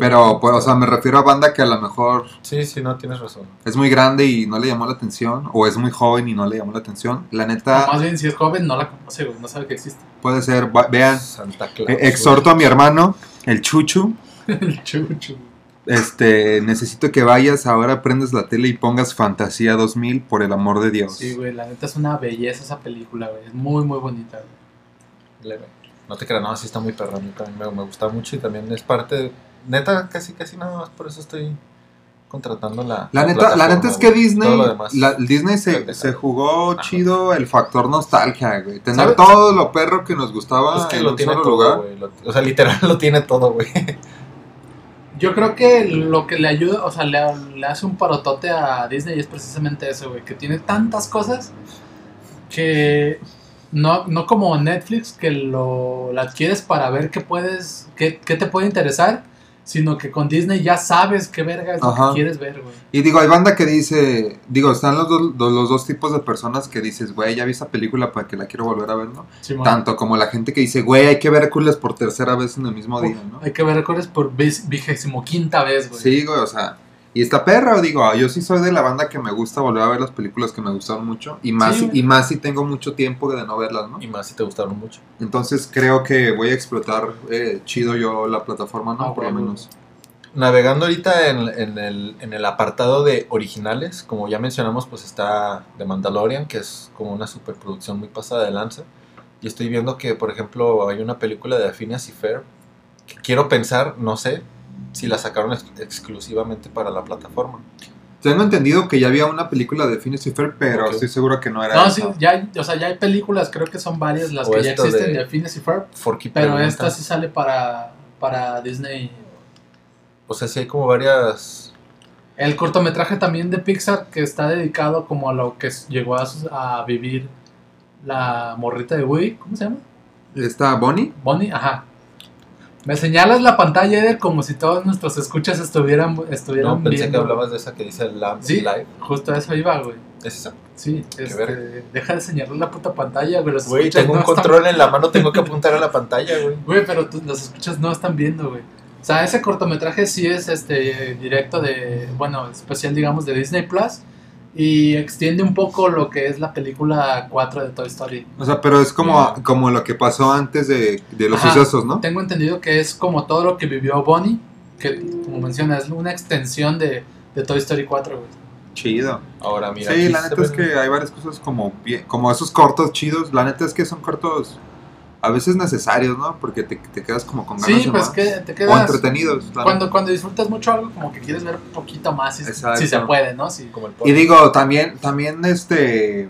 Speaker 3: Pero, pues, o sea, me refiero a banda que a lo mejor
Speaker 1: Sí, sí, no, tienes razón.
Speaker 3: es muy grande y no le llamó la atención, o es muy joven y no le llamó la atención. La
Speaker 5: O más
Speaker 3: neta,
Speaker 5: bien, si es joven, no la conoce, güey. No sabe que existe.
Speaker 3: puede ser, va- vean,
Speaker 1: Santa Claus.
Speaker 3: eh, exhorto a mi hermano, el Chuchu,
Speaker 5: El chuchu.
Speaker 3: este, necesito que vayas, ahora prendes la tele y pongas Fantasía 2000, por el amor de Dios.
Speaker 5: Sí, güey, la neta es una belleza esa película, güey. Es muy, muy bonita, güey.
Speaker 1: güey. No te creas, no, sí está muy perrón. a mí Me, me gusta mucho y también es parte. de- Neta, casi, casi nada más por eso estoy contratando la.
Speaker 3: La neta, la
Speaker 1: plataforma,
Speaker 3: neta es que
Speaker 1: güey. Todo
Speaker 3: Disney,
Speaker 1: lo demás.
Speaker 3: la- Disney se,
Speaker 1: Pendeja.
Speaker 3: se jugó
Speaker 1: Ajá.
Speaker 3: chido el factor nostalgia, güey. Tener
Speaker 1: ¿Sabes?
Speaker 3: todo lo perro que nos gustaba
Speaker 1: es que
Speaker 3: en
Speaker 1: Ah, lo
Speaker 3: un
Speaker 1: tiene
Speaker 3: solo
Speaker 1: todo,
Speaker 3: lugar.
Speaker 1: güey. lo- O sea, literal lo tiene todo, güey.
Speaker 5: Yo creo que lo que le ayuda, o sea, le, le hace un parotote a Disney es precisamente eso, güey, que tiene tantas cosas que no, no como Netflix, que lo la adquieres para ver qué puedes, qué, qué te puede interesar, sino que con Disney ya sabes qué verga es lo
Speaker 3: Ajá.
Speaker 5: que quieres ver, güey.
Speaker 3: Y digo, hay banda que dice, digo, están los, dos- do- los dos tipos de personas que dices, güey, ya vi esa película para que la quiero volver a ver, ¿no?
Speaker 5: Simón.
Speaker 3: Tanto como la gente que dice, güey, hay que ver Hércules por tercera vez en el mismo día, ¿no?
Speaker 5: Hay que ver recuerdos por vis- vigésimo quinta vez, güey.
Speaker 3: Sí, güey, o sea. Y esta perra, digo, yo sí soy de la banda que me gusta volver a ver las películas que me gustaron mucho. Y más,
Speaker 5: Sí, güey.
Speaker 3: y más si tengo mucho tiempo de no verlas, ¿no?
Speaker 1: Y más si te gustaron mucho.
Speaker 3: Entonces creo que voy a explotar eh, chido yo la plataforma, ¿no?
Speaker 5: Ah,
Speaker 3: Por lo
Speaker 5: bueno.
Speaker 3: menos.
Speaker 1: Navegando ahorita en, en el, en el apartado de originales, como ya mencionamos, pues está The Mandalorian, que es como una superproducción muy pasada de lanza. Y estoy viendo que, por ejemplo, hay una película de Phineas y Fair que quiero pensar, no sé, si la sacaron ex- exclusivamente para la plataforma.
Speaker 3: Tengo entendido que ya había una película de Phineas y Ferb, pero
Speaker 1: Ok.
Speaker 3: estoy seguro que no era
Speaker 5: No,
Speaker 3: esa.
Speaker 5: Ah, sí, ya, hay- o sea, ya hay películas, creo que son varias las
Speaker 1: O
Speaker 5: que ya
Speaker 1: esto de-
Speaker 5: existen de Phineas y Ferb,
Speaker 1: Forky
Speaker 5: Pero
Speaker 1: pregunta.
Speaker 5: esta sí sale para, para Disney.
Speaker 1: O sea, sí hay como varias...
Speaker 5: El cortometraje también de Pixar que está dedicado como a lo que s- llegó a, sus- a vivir la morrita de Woody. ¿Cómo se llama?
Speaker 3: ¿Está Bonnie?
Speaker 5: Bonnie, ajá. Me señalas la pantalla, Eder, como si todos nuestros escuchas estuvieran, estuvieran
Speaker 1: No, pensé que
Speaker 5: viendo.
Speaker 1: hablabas de esa que dice Lamb
Speaker 5: Sí.
Speaker 1: Live.
Speaker 5: Justo a eso iba, güey.
Speaker 1: ¿Es esa?
Speaker 5: Sí, este,
Speaker 1: verga.
Speaker 5: deja de señalar la puta pantalla, güey. los
Speaker 1: Güey,
Speaker 5: escuchas
Speaker 1: tengo
Speaker 5: no
Speaker 1: un
Speaker 5: están-
Speaker 1: control en la mano, tengo que apuntar a la pantalla, güey.
Speaker 5: Güey, pero tú- los escuchas no están viendo, güey. O sea, ese cortometraje sí es este directo de, bueno, especial digamos de Disney Plus y extiende un poco lo que es la película 4 de Toy Story.
Speaker 3: O sea, pero es como,
Speaker 1: Ya.
Speaker 3: como lo que pasó antes de, de los
Speaker 5: Ajá.
Speaker 3: sucesos, ¿no?
Speaker 5: Tengo entendido que es como todo lo que vivió Bonnie, que como menciona es una extensión de, de Toy Story 4, güey.
Speaker 3: Chido.
Speaker 1: Ahora, mira.
Speaker 3: sí,
Speaker 1: aquí
Speaker 3: la
Speaker 1: se
Speaker 3: neta es
Speaker 1: ven-
Speaker 3: que hay varias cosas como, bien- como esos cortos chidos. La neta es que son cortos a veces necesarios, ¿no? Porque te, te quedas como con ganas
Speaker 5: Sí,
Speaker 3: de
Speaker 5: pues
Speaker 3: más.
Speaker 5: que te
Speaker 3: O
Speaker 5: quedas
Speaker 3: entretenidos. la
Speaker 5: cuando cuando disfrutas mucho algo como que quieres ver un poquito más si, si
Speaker 3: Exacto.
Speaker 5: se puede, ¿no? Si,
Speaker 1: Como el
Speaker 3: Y digo, también, también este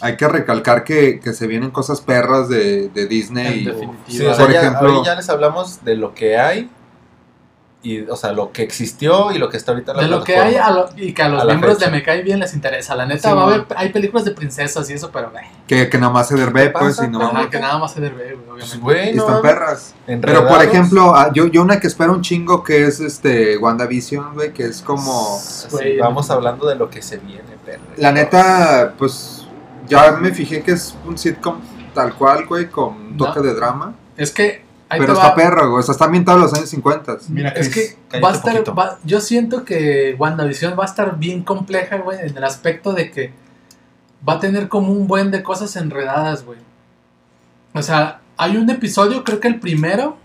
Speaker 3: hay que recalcar que, que se vienen cosas perras de, de
Speaker 5: en
Speaker 3: Disney.
Speaker 5: definitiva.
Speaker 1: Sí, o sea,
Speaker 3: Por
Speaker 1: ya,
Speaker 3: ejemplo-
Speaker 1: ahorita ya les hablamos de lo que hay, y, o sea, lo que existió y lo que está ahorita en la
Speaker 5: De lo que hay ah,
Speaker 1: plataforma.
Speaker 5: a lo- y que a los
Speaker 1: A la
Speaker 5: miembros de
Speaker 1: fecha.
Speaker 5: Me Cae Bien les interesa. La neta,
Speaker 3: Sí,
Speaker 5: va a
Speaker 3: ¿no?
Speaker 5: haber, hay películas de princesas y eso, pero güey,
Speaker 3: Que, que nada más se ve, pues,
Speaker 1: pasa,
Speaker 3: y no
Speaker 1: pero-
Speaker 5: ajá,
Speaker 3: mames,
Speaker 5: que nada más se debe, güey,
Speaker 1: Pues,
Speaker 5: obviamente.
Speaker 1: güey,
Speaker 3: y
Speaker 1: no
Speaker 3: están
Speaker 1: mames.
Speaker 3: perras. Pero,
Speaker 1: Enredados.
Speaker 3: por ejemplo, ah, yo, yo una que espero un chingo que es este WandaVision, güey, que es como...
Speaker 1: Así,
Speaker 5: Güey,
Speaker 1: vamos hablando de lo que se viene, perro.
Speaker 3: La neta, pues, ya me fijé que es un sitcom tal cual, güey, con un
Speaker 5: No.
Speaker 3: toque de drama.
Speaker 5: Es que ahí
Speaker 3: Pero
Speaker 5: te
Speaker 3: está
Speaker 5: va.
Speaker 3: perro, güey, o sea, está ambientado en los años 50.
Speaker 2: Mira, Chris,
Speaker 5: es que
Speaker 1: cállate
Speaker 5: va a estar,
Speaker 1: poquito.
Speaker 5: va- yo siento que WandaVision va a estar bien compleja, güey, en el aspecto de que va a tener como un buen de cosas enredadas, güey. O sea, hay un episodio, creo que el primero,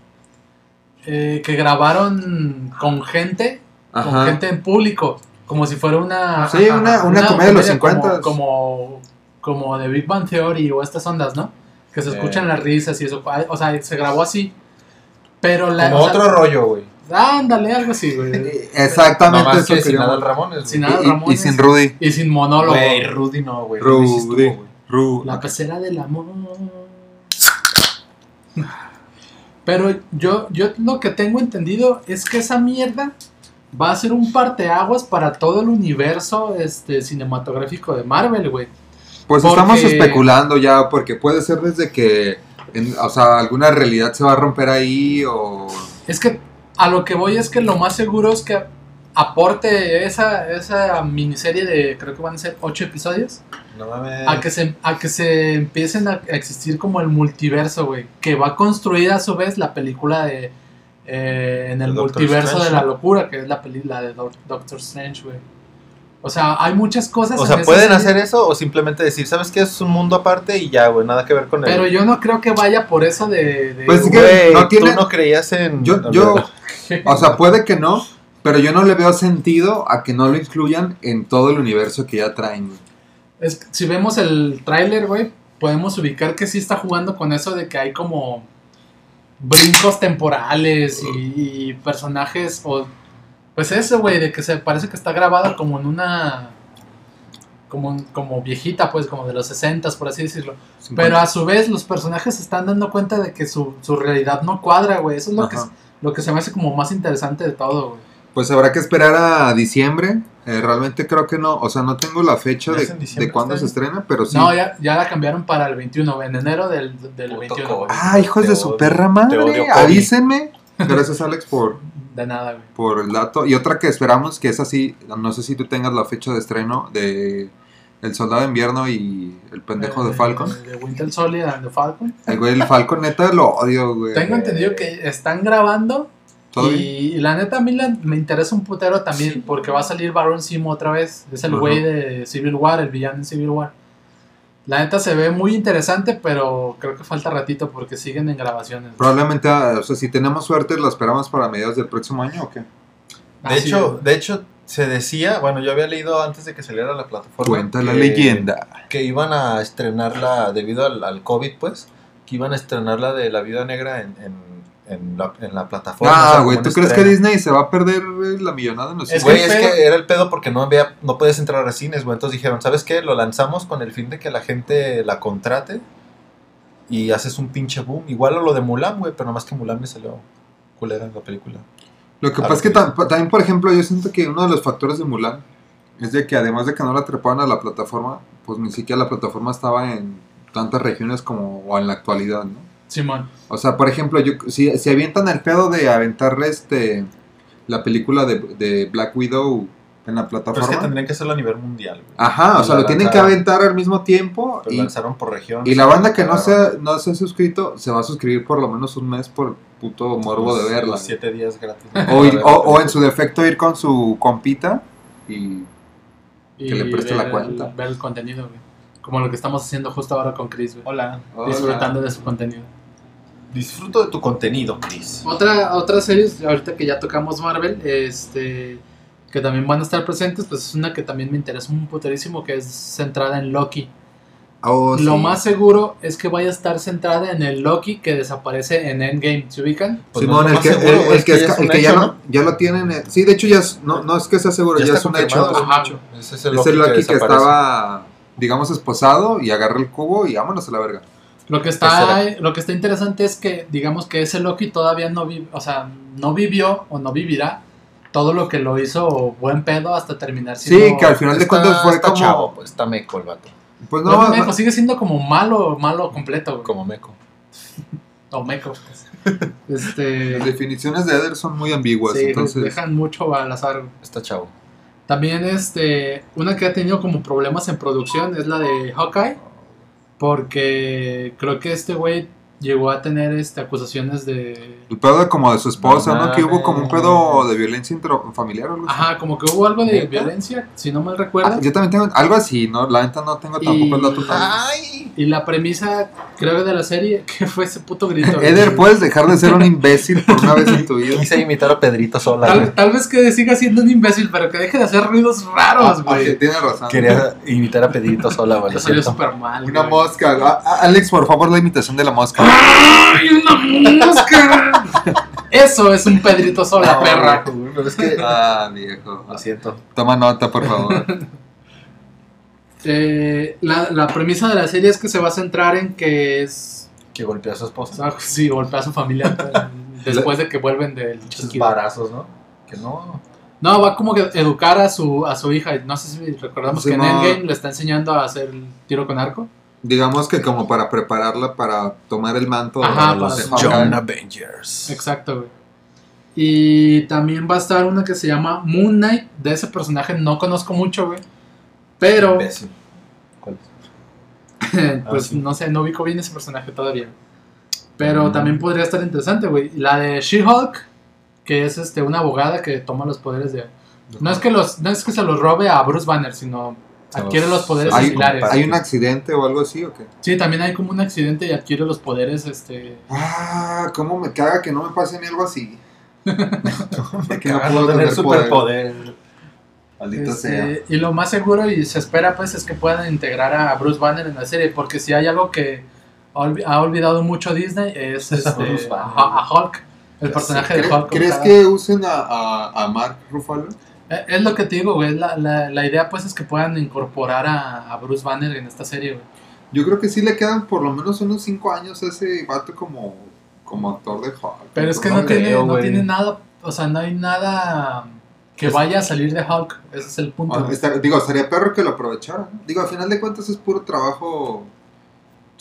Speaker 5: eh, que grabaron con gente con gente en público, como si fuera una...
Speaker 3: Sí, una- una comedia de los 50s.
Speaker 5: Como, como, como de Big Bang Theory o estas ondas, ¿no? Que se
Speaker 1: Sí.
Speaker 5: Ah, escuchan las risas y eso. Ay, O sea, se grabó así. Pero la... o
Speaker 1: Como
Speaker 5: sea,
Speaker 1: otro rollo, güey.
Speaker 5: Ándale, algo así, güey.
Speaker 1: No
Speaker 3: Exactamente
Speaker 1: más
Speaker 3: eso
Speaker 1: que
Speaker 3: que
Speaker 1: sin
Speaker 3: yo-
Speaker 1: nada Ramones.
Speaker 5: Sin
Speaker 1: güey.
Speaker 5: nada,
Speaker 3: y- y-
Speaker 5: Ramones.
Speaker 3: Y sin Rudy.
Speaker 5: Y sin monólogo.
Speaker 1: Güey, Rudy no, güey. Rudy sí estuvo,
Speaker 3: Rudy.
Speaker 1: güey.
Speaker 3: Ru-
Speaker 5: La pecera del amor. Pero yo, yo lo que tengo entendido es que esa mierda va a ser un parteaguas para todo el universo este, cinematográfico de Marvel, güey.
Speaker 3: Pues
Speaker 5: Porque-
Speaker 3: estamos especulando ya, porque puede ser desde que, en- o sea, alguna realidad se va a romper ahí o...
Speaker 5: Es que a lo que voy es que lo más seguro es que aporte esa, esa miniserie de, creo que van a ser ocho episodios.
Speaker 1: No mames.
Speaker 5: a que se, a que se empiecen a a existir como el multiverso, güey. Que va a construir a su vez la película de. eh, en el
Speaker 1: De Doctor
Speaker 5: multiverso
Speaker 1: Strange.
Speaker 5: de la locura, que es la película de Doc- Doctor Strange, güey. O sea, hay muchas cosas.
Speaker 1: O
Speaker 5: en
Speaker 1: sea,
Speaker 5: esa
Speaker 1: pueden
Speaker 5: serie,
Speaker 1: hacer eso o simplemente decir, ¿sabes qué? Es un mundo aparte y ya, güey, nada que ver con él.
Speaker 5: Pero yo no creo que vaya por eso de. de-
Speaker 3: Pues es que no tiene-
Speaker 1: tú no creías en...
Speaker 3: Yo, yo, o sea, puede que no, pero yo no le veo sentido a que no lo incluyan en todo el universo que ya traen. güey.
Speaker 5: es que si vemos el tráiler, güey, podemos ubicar que sí está jugando con eso de que hay como brincos temporales y, y personajes o pues eso, güey, de que se parece que está grabada como en una como un- como viejita, pues como de los 60 por así decirlo. Pero a su vez los personajes se están dando cuenta de que su, su realidad no cuadra, güey. Eso es lo que
Speaker 3: Ajá.
Speaker 5: lo que se me hace como más interesante de todo, güey.
Speaker 3: Pues habrá que esperar a diciembre. eh, realmente creo que no, o sea, no tengo la fecha
Speaker 1: ¿Ya
Speaker 3: de,
Speaker 1: es en diciembre
Speaker 3: de cuándo se
Speaker 1: este
Speaker 3: estrena, pero sí.
Speaker 5: No, ya, ya la cambiaron para el 21, en enero del, del
Speaker 1: Puto
Speaker 5: 21.
Speaker 1: COVID.
Speaker 5: güey.
Speaker 3: Ah, hijos
Speaker 1: Te
Speaker 3: de su
Speaker 1: odio,
Speaker 3: perra
Speaker 1: te odio,
Speaker 3: madre,
Speaker 1: Kobe.
Speaker 3: avísenme. Gracias Alex por,
Speaker 5: De nada, güey.
Speaker 3: por el dato. Y otra que esperamos, que es así, no sé si tú tengas la fecha de estreno de El Soldado de Invierno y El Pendejo de
Speaker 5: Eh,
Speaker 3: Falcon.
Speaker 5: De Winter Soldier and the Falcon.
Speaker 3: El güey del Falcon, neta, lo odio, güey.
Speaker 5: Tengo entendido que están grabando.
Speaker 3: ¿Todo
Speaker 5: y,
Speaker 3: bien?
Speaker 5: y la neta, a mí la- me interesa un putero también. Porque va a salir Baron Simo otra vez. Es el
Speaker 3: Ajá.
Speaker 5: güey de Civil War, el villano en Civil War. La neta se ve muy interesante, pero creo que falta ratito porque siguen en grabaciones.
Speaker 3: Probablemente, ah, o sea, si tenemos suerte, lo esperamos para mediados del próximo año o qué.
Speaker 1: De
Speaker 5: Así
Speaker 1: hecho,
Speaker 5: es.
Speaker 1: de hecho, se decía, bueno, yo había leído antes de que saliera la plataforma.
Speaker 3: Cuenta la
Speaker 1: que-
Speaker 3: leyenda.
Speaker 1: Que iban a estrenarla, debido al, al COVID, pues, que iban a estrenarla de La Vida Negra en, en- en la, en la plataforma. o sea,
Speaker 3: Ah,
Speaker 1: como
Speaker 3: güey,
Speaker 1: un
Speaker 3: ¿tú crees que
Speaker 1: estreno.
Speaker 3: Disney se va a perder eh, la millonada en los
Speaker 5: Es
Speaker 3: cines?
Speaker 1: Güey,
Speaker 5: que
Speaker 1: es
Speaker 5: el pedo-
Speaker 1: que era el pedo porque no había, no podías entrar a cines, güey. Entonces dijeron, ¿sabes qué? Lo lanzamos con el fin de que la gente la contrate y haces un pinche boom. Igual a lo de Mulan, güey, pero nomás que Mulan me salió culera en la película.
Speaker 3: Lo que pasa
Speaker 1: A ver,
Speaker 3: es que
Speaker 1: ¿qué
Speaker 3: tam- también, por ejemplo, yo siento que uno de los factores de Mulan es de que además de que no la treparon a la plataforma, pues ni siquiera la plataforma estaba en tantas regiones como o en la actualidad, ¿no?
Speaker 5: Simón.
Speaker 3: O sea, por ejemplo, yo, si, si avientan el pedo de aventar este, la película de, de Black Widow en la
Speaker 1: Pero es que
Speaker 3: plataforma...
Speaker 1: tendrían que hacerlo a nivel mundial, güey.
Speaker 3: Ajá, o
Speaker 1: Y
Speaker 3: sea,
Speaker 1: la
Speaker 3: lo tienen que
Speaker 1: lanzaron.
Speaker 3: aventar al mismo tiempo
Speaker 1: Lo
Speaker 3: y,
Speaker 1: lanzaron por región.
Speaker 3: y la banda que no se, ha- no se ha suscrito se va a suscribir por lo menos un mes por puto morbo
Speaker 1: Pues,
Speaker 3: de verla. güey.
Speaker 1: Siete días gratis.
Speaker 3: O, ir- o- o en su defecto ir con su compita y...
Speaker 5: Y
Speaker 3: Que le preste la
Speaker 5: ver-
Speaker 3: cuenta.
Speaker 5: Ver el contenido, güey. Como lo que estamos haciendo justo ahora con Chris, güey.
Speaker 1: Hola.
Speaker 5: Disfrutando de su contenido.
Speaker 1: Disfruto de tu contenido, Chris.
Speaker 5: Otra, otras series, ahorita que ya tocamos Marvel, este que también van a estar presentes, pues es una que también me interesa un puterísimo, que es centrada en Loki.
Speaker 3: Oh,
Speaker 5: Lo
Speaker 3: sí.
Speaker 5: más seguro es que vaya a estar centrada en el Loki que desaparece en Endgame. ¿Se ubican?
Speaker 1: Pues
Speaker 3: Simón,
Speaker 1: no,
Speaker 3: el
Speaker 1: más
Speaker 3: que, el-
Speaker 1: seguro,
Speaker 3: el
Speaker 1: güey, es
Speaker 3: que
Speaker 1: que
Speaker 3: es
Speaker 1: ya
Speaker 3: ca-
Speaker 1: es un
Speaker 3: el que ya,
Speaker 1: hecho,
Speaker 3: lo, ya lo tienen. eh, Sí, de hecho, ya es- no, no es que sea seguro, ya,
Speaker 1: Ya está
Speaker 3: es un
Speaker 1: confirmado,
Speaker 3: hecho.
Speaker 1: güey.
Speaker 5: Ajá, güey.
Speaker 1: Ese
Speaker 3: Es el Loki que
Speaker 1: desaparece.
Speaker 3: estaba, digamos, esposado y agarra el cubo y vámonos a la verga.
Speaker 5: Lo que está, lo que está interesante es que, digamos que ese Loki todavía no vi- o sea, no vivió o no vivirá todo lo que lo hizo buen pedo hasta terminar
Speaker 3: Sí,
Speaker 5: siendo.
Speaker 3: que al final de
Speaker 1: Está-
Speaker 3: cuentas fue
Speaker 1: está
Speaker 3: como.
Speaker 1: chavo, pues, está meco el vato.
Speaker 3: Pues
Speaker 5: No,
Speaker 3: no,
Speaker 5: meco,
Speaker 3: no,
Speaker 5: sigue siendo como malo, malo completo, güey.
Speaker 1: Como meco.
Speaker 5: O meco. pues. Este.
Speaker 3: las definiciones de Eder son muy ambiguas.
Speaker 5: Sí,
Speaker 3: entonces,
Speaker 5: dejan mucho al azar. güey.
Speaker 1: Está chavo.
Speaker 5: También este, una que ha tenido como problemas en producción es la de Hawkeye, porque creo que este güey llegó a tener este, acusaciones de...
Speaker 3: el pedo de como de su esposa, ¿no? Que hubo como un pedo
Speaker 1: Mames.
Speaker 3: de violencia intro- familiar o algo así.
Speaker 5: Ajá, como que hubo algo de
Speaker 1: ¿Neta?
Speaker 5: violencia, si no mal
Speaker 3: Ah,
Speaker 5: recuerdo.
Speaker 3: yo también tengo algo así, ¿no? La neta no tengo tampoco el dato. tan-
Speaker 1: ¡Ay!
Speaker 5: Y la premisa, creo que de la serie, que fue ese puto grito. güey.
Speaker 3: Eder, pues, puedes dejar de ser un imbécil por una vez en tu vida.
Speaker 1: Quise imitar a Pedrito sola.
Speaker 5: Tal, tal vez que siga siendo un imbécil, pero que deje de hacer ruidos raros,
Speaker 3: Ah, sí,
Speaker 5: güey.
Speaker 3: tienes razón.
Speaker 1: Quería imitar a Pedrito sola, güey.
Speaker 5: Eso salió
Speaker 1: Lo siento.
Speaker 5: súper mal.
Speaker 3: Una
Speaker 5: güey.
Speaker 3: mosca. Ah, A- a- Alex, por favor, la imitación de la mosca.
Speaker 5: ¡Ay, una mosca! Eso es un Pedrito Sola,
Speaker 1: No,
Speaker 5: perra.
Speaker 1: güey, Pero es que.
Speaker 3: Ah, viejo.
Speaker 1: Lo siento.
Speaker 3: Toma nota, por favor.
Speaker 5: Eh, la, la premisa de la serie es que se va a centrar en que es.
Speaker 1: Que golpeó a su esposa.
Speaker 5: ah, Sí, golpea a su familia después de que vuelven del
Speaker 1: Muchos
Speaker 5: Chasquido.
Speaker 1: barazos, ¿no? Que no.
Speaker 5: No, va como que educar a su, a su hija. No sé si recordamos
Speaker 3: Sí,
Speaker 5: que en
Speaker 3: ma.
Speaker 5: Endgame le está enseñando a hacer tiro con arco.
Speaker 3: Digamos que como para prepararla para tomar el manto
Speaker 5: Ajá,
Speaker 3: de
Speaker 5: para
Speaker 3: los
Speaker 5: su-
Speaker 3: Hawkeye.
Speaker 1: John Avengers.
Speaker 5: Exacto, güey. Y también va a estar una que se llama Moon Knight. De ese personaje no conozco mucho, güey. Pero,
Speaker 1: Imbécil. ¿Cuál es?
Speaker 5: pues
Speaker 1: Ah, sí.
Speaker 5: no sé, no ubico bien ese personaje todavía. Pero
Speaker 3: Mm.
Speaker 5: también podría estar interesante, güey. La de She-Hulk, que es este, una abogada que toma los poderes de. No es que los, no es que se los robe a Bruce Banner, sino
Speaker 1: Se los-
Speaker 5: adquiere los poderes
Speaker 1: se los
Speaker 3: ¿Hay,
Speaker 5: similares.
Speaker 1: comparte.
Speaker 3: ¿Hay un accidente o algo así o qué?
Speaker 5: Sí, también hay como un accidente y adquiere los poderes, este.
Speaker 3: Ah, cómo me caga que no me pase ni algo así. Porque
Speaker 1: Que no
Speaker 3: puedo
Speaker 1: puedo tener
Speaker 3: poder.
Speaker 1: superpoder.
Speaker 3: Maldita
Speaker 5: Este,
Speaker 3: sea.
Speaker 5: y lo más seguro y se espera pues es que puedan integrar a Bruce Banner en la serie, porque si hay algo que olvi- ha olvidado mucho Disney es este,
Speaker 1: Bruce
Speaker 5: a,
Speaker 1: Banner.
Speaker 5: a Hulk, el
Speaker 1: Ya
Speaker 5: personaje de
Speaker 3: ¿Cre-
Speaker 5: Hulk.
Speaker 3: ¿Crees
Speaker 5: ubicado.
Speaker 3: que usen a, a, a Mark Ruffalo?
Speaker 5: Eh, Es lo que te digo, güey, la, la, la idea pues es que puedan incorporar a, a Bruce Banner en esta serie, güey.
Speaker 3: Yo creo que sí le quedan por lo menos unos 5 años a ese vato como, como actor de Hulk.
Speaker 5: Pero es que no,
Speaker 1: No
Speaker 5: tiene,
Speaker 1: creo,
Speaker 5: no
Speaker 1: güey.
Speaker 5: tiene nada, o sea, no hay nada que vaya a salir de Hulk, ese es el punto.
Speaker 3: Ah, estar- digo, estaría perro que lo aprovechara. ¿no? Digo, al final de cuentas es puro trabajo.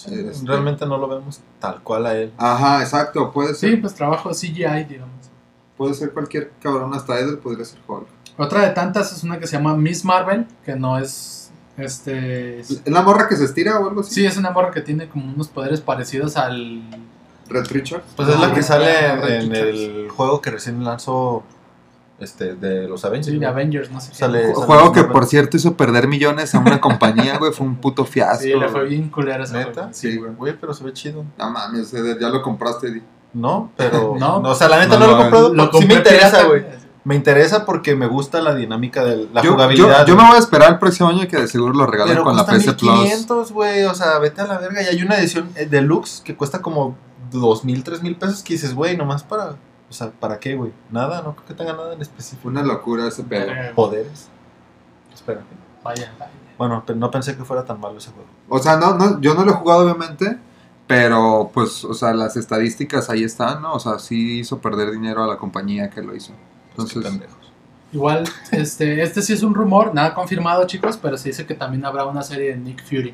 Speaker 3: eh, este-
Speaker 1: Realmente no lo vemos tal cual a él.
Speaker 3: Ajá, exacto. Puede ser,
Speaker 5: Sí, pues trabajo CGI, digamos.
Speaker 3: puede ser cualquier cabrón, hasta Edel podría ser Hulk.
Speaker 5: Otra de tantas es una que se llama Miss Marvel, que no es este
Speaker 3: ¿Es la morra que se estira o algo así?
Speaker 5: sí es una morra que tiene como unos poderes parecidos al
Speaker 3: Red Richards.
Speaker 1: Pues es la
Speaker 5: No,
Speaker 1: que
Speaker 5: no,
Speaker 1: sale
Speaker 5: no, no,
Speaker 1: en
Speaker 5: no,
Speaker 1: el juego que recién lanzó este, de los Avengers.
Speaker 5: sí, de
Speaker 1: ¿no?
Speaker 5: Avengers, no sé qué.
Speaker 1: Sale- sale
Speaker 3: Juego que
Speaker 1: Marvel.
Speaker 3: por cierto hizo perder millones a una compañía, güey. Fue un puto fiasco.
Speaker 5: Sí, le fue bien culera esa
Speaker 1: ¿Neta?
Speaker 5: juego.
Speaker 3: Sí, güey.
Speaker 1: güey. pero se ve chido.
Speaker 3: No mames, Edel, ya lo compraste. Di.
Speaker 1: No, pero.
Speaker 5: No.
Speaker 1: no. o sea, la neta
Speaker 3: No,
Speaker 1: no, lo
Speaker 3: no,
Speaker 1: he comprado.
Speaker 5: Lo
Speaker 1: sí me
Speaker 5: compré
Speaker 1: interesa,
Speaker 5: pirata,
Speaker 1: güey. Me interesa porque me gusta la dinámica de la
Speaker 3: yo,
Speaker 1: jugabilidad.
Speaker 3: yo- yo me voy a esperar el próximo año que de seguro lo regalen
Speaker 1: pero
Speaker 3: con la
Speaker 1: cuesta
Speaker 3: PS Plus.
Speaker 1: 1500, güey. O sea, vete a la verga. Y hay una edición eh, deluxe que cuesta como 2000, 3000 pesos. Que dices, güey, nomás para. O sea, ¿para qué, güey? Nada, no creo que tenga nada en específico.
Speaker 3: Una locura ese pedo.
Speaker 5: Eh,
Speaker 1: Poderes. Espera.
Speaker 5: Vaya. vaya.
Speaker 1: Bueno, pe- no pensé que fuera tan malo ese juego. Pues
Speaker 3: O sea, no, no, yo no lo he jugado obviamente, pero pues, o sea, las estadísticas ahí están, ¿no? O sea, sí hizo perder dinero a la compañía que lo hizo.
Speaker 1: Entonces,
Speaker 3: Entonces,
Speaker 5: Igual este este sí es un rumor, nada confirmado, chicos, pero se dice que también habrá una serie de Nick Fury.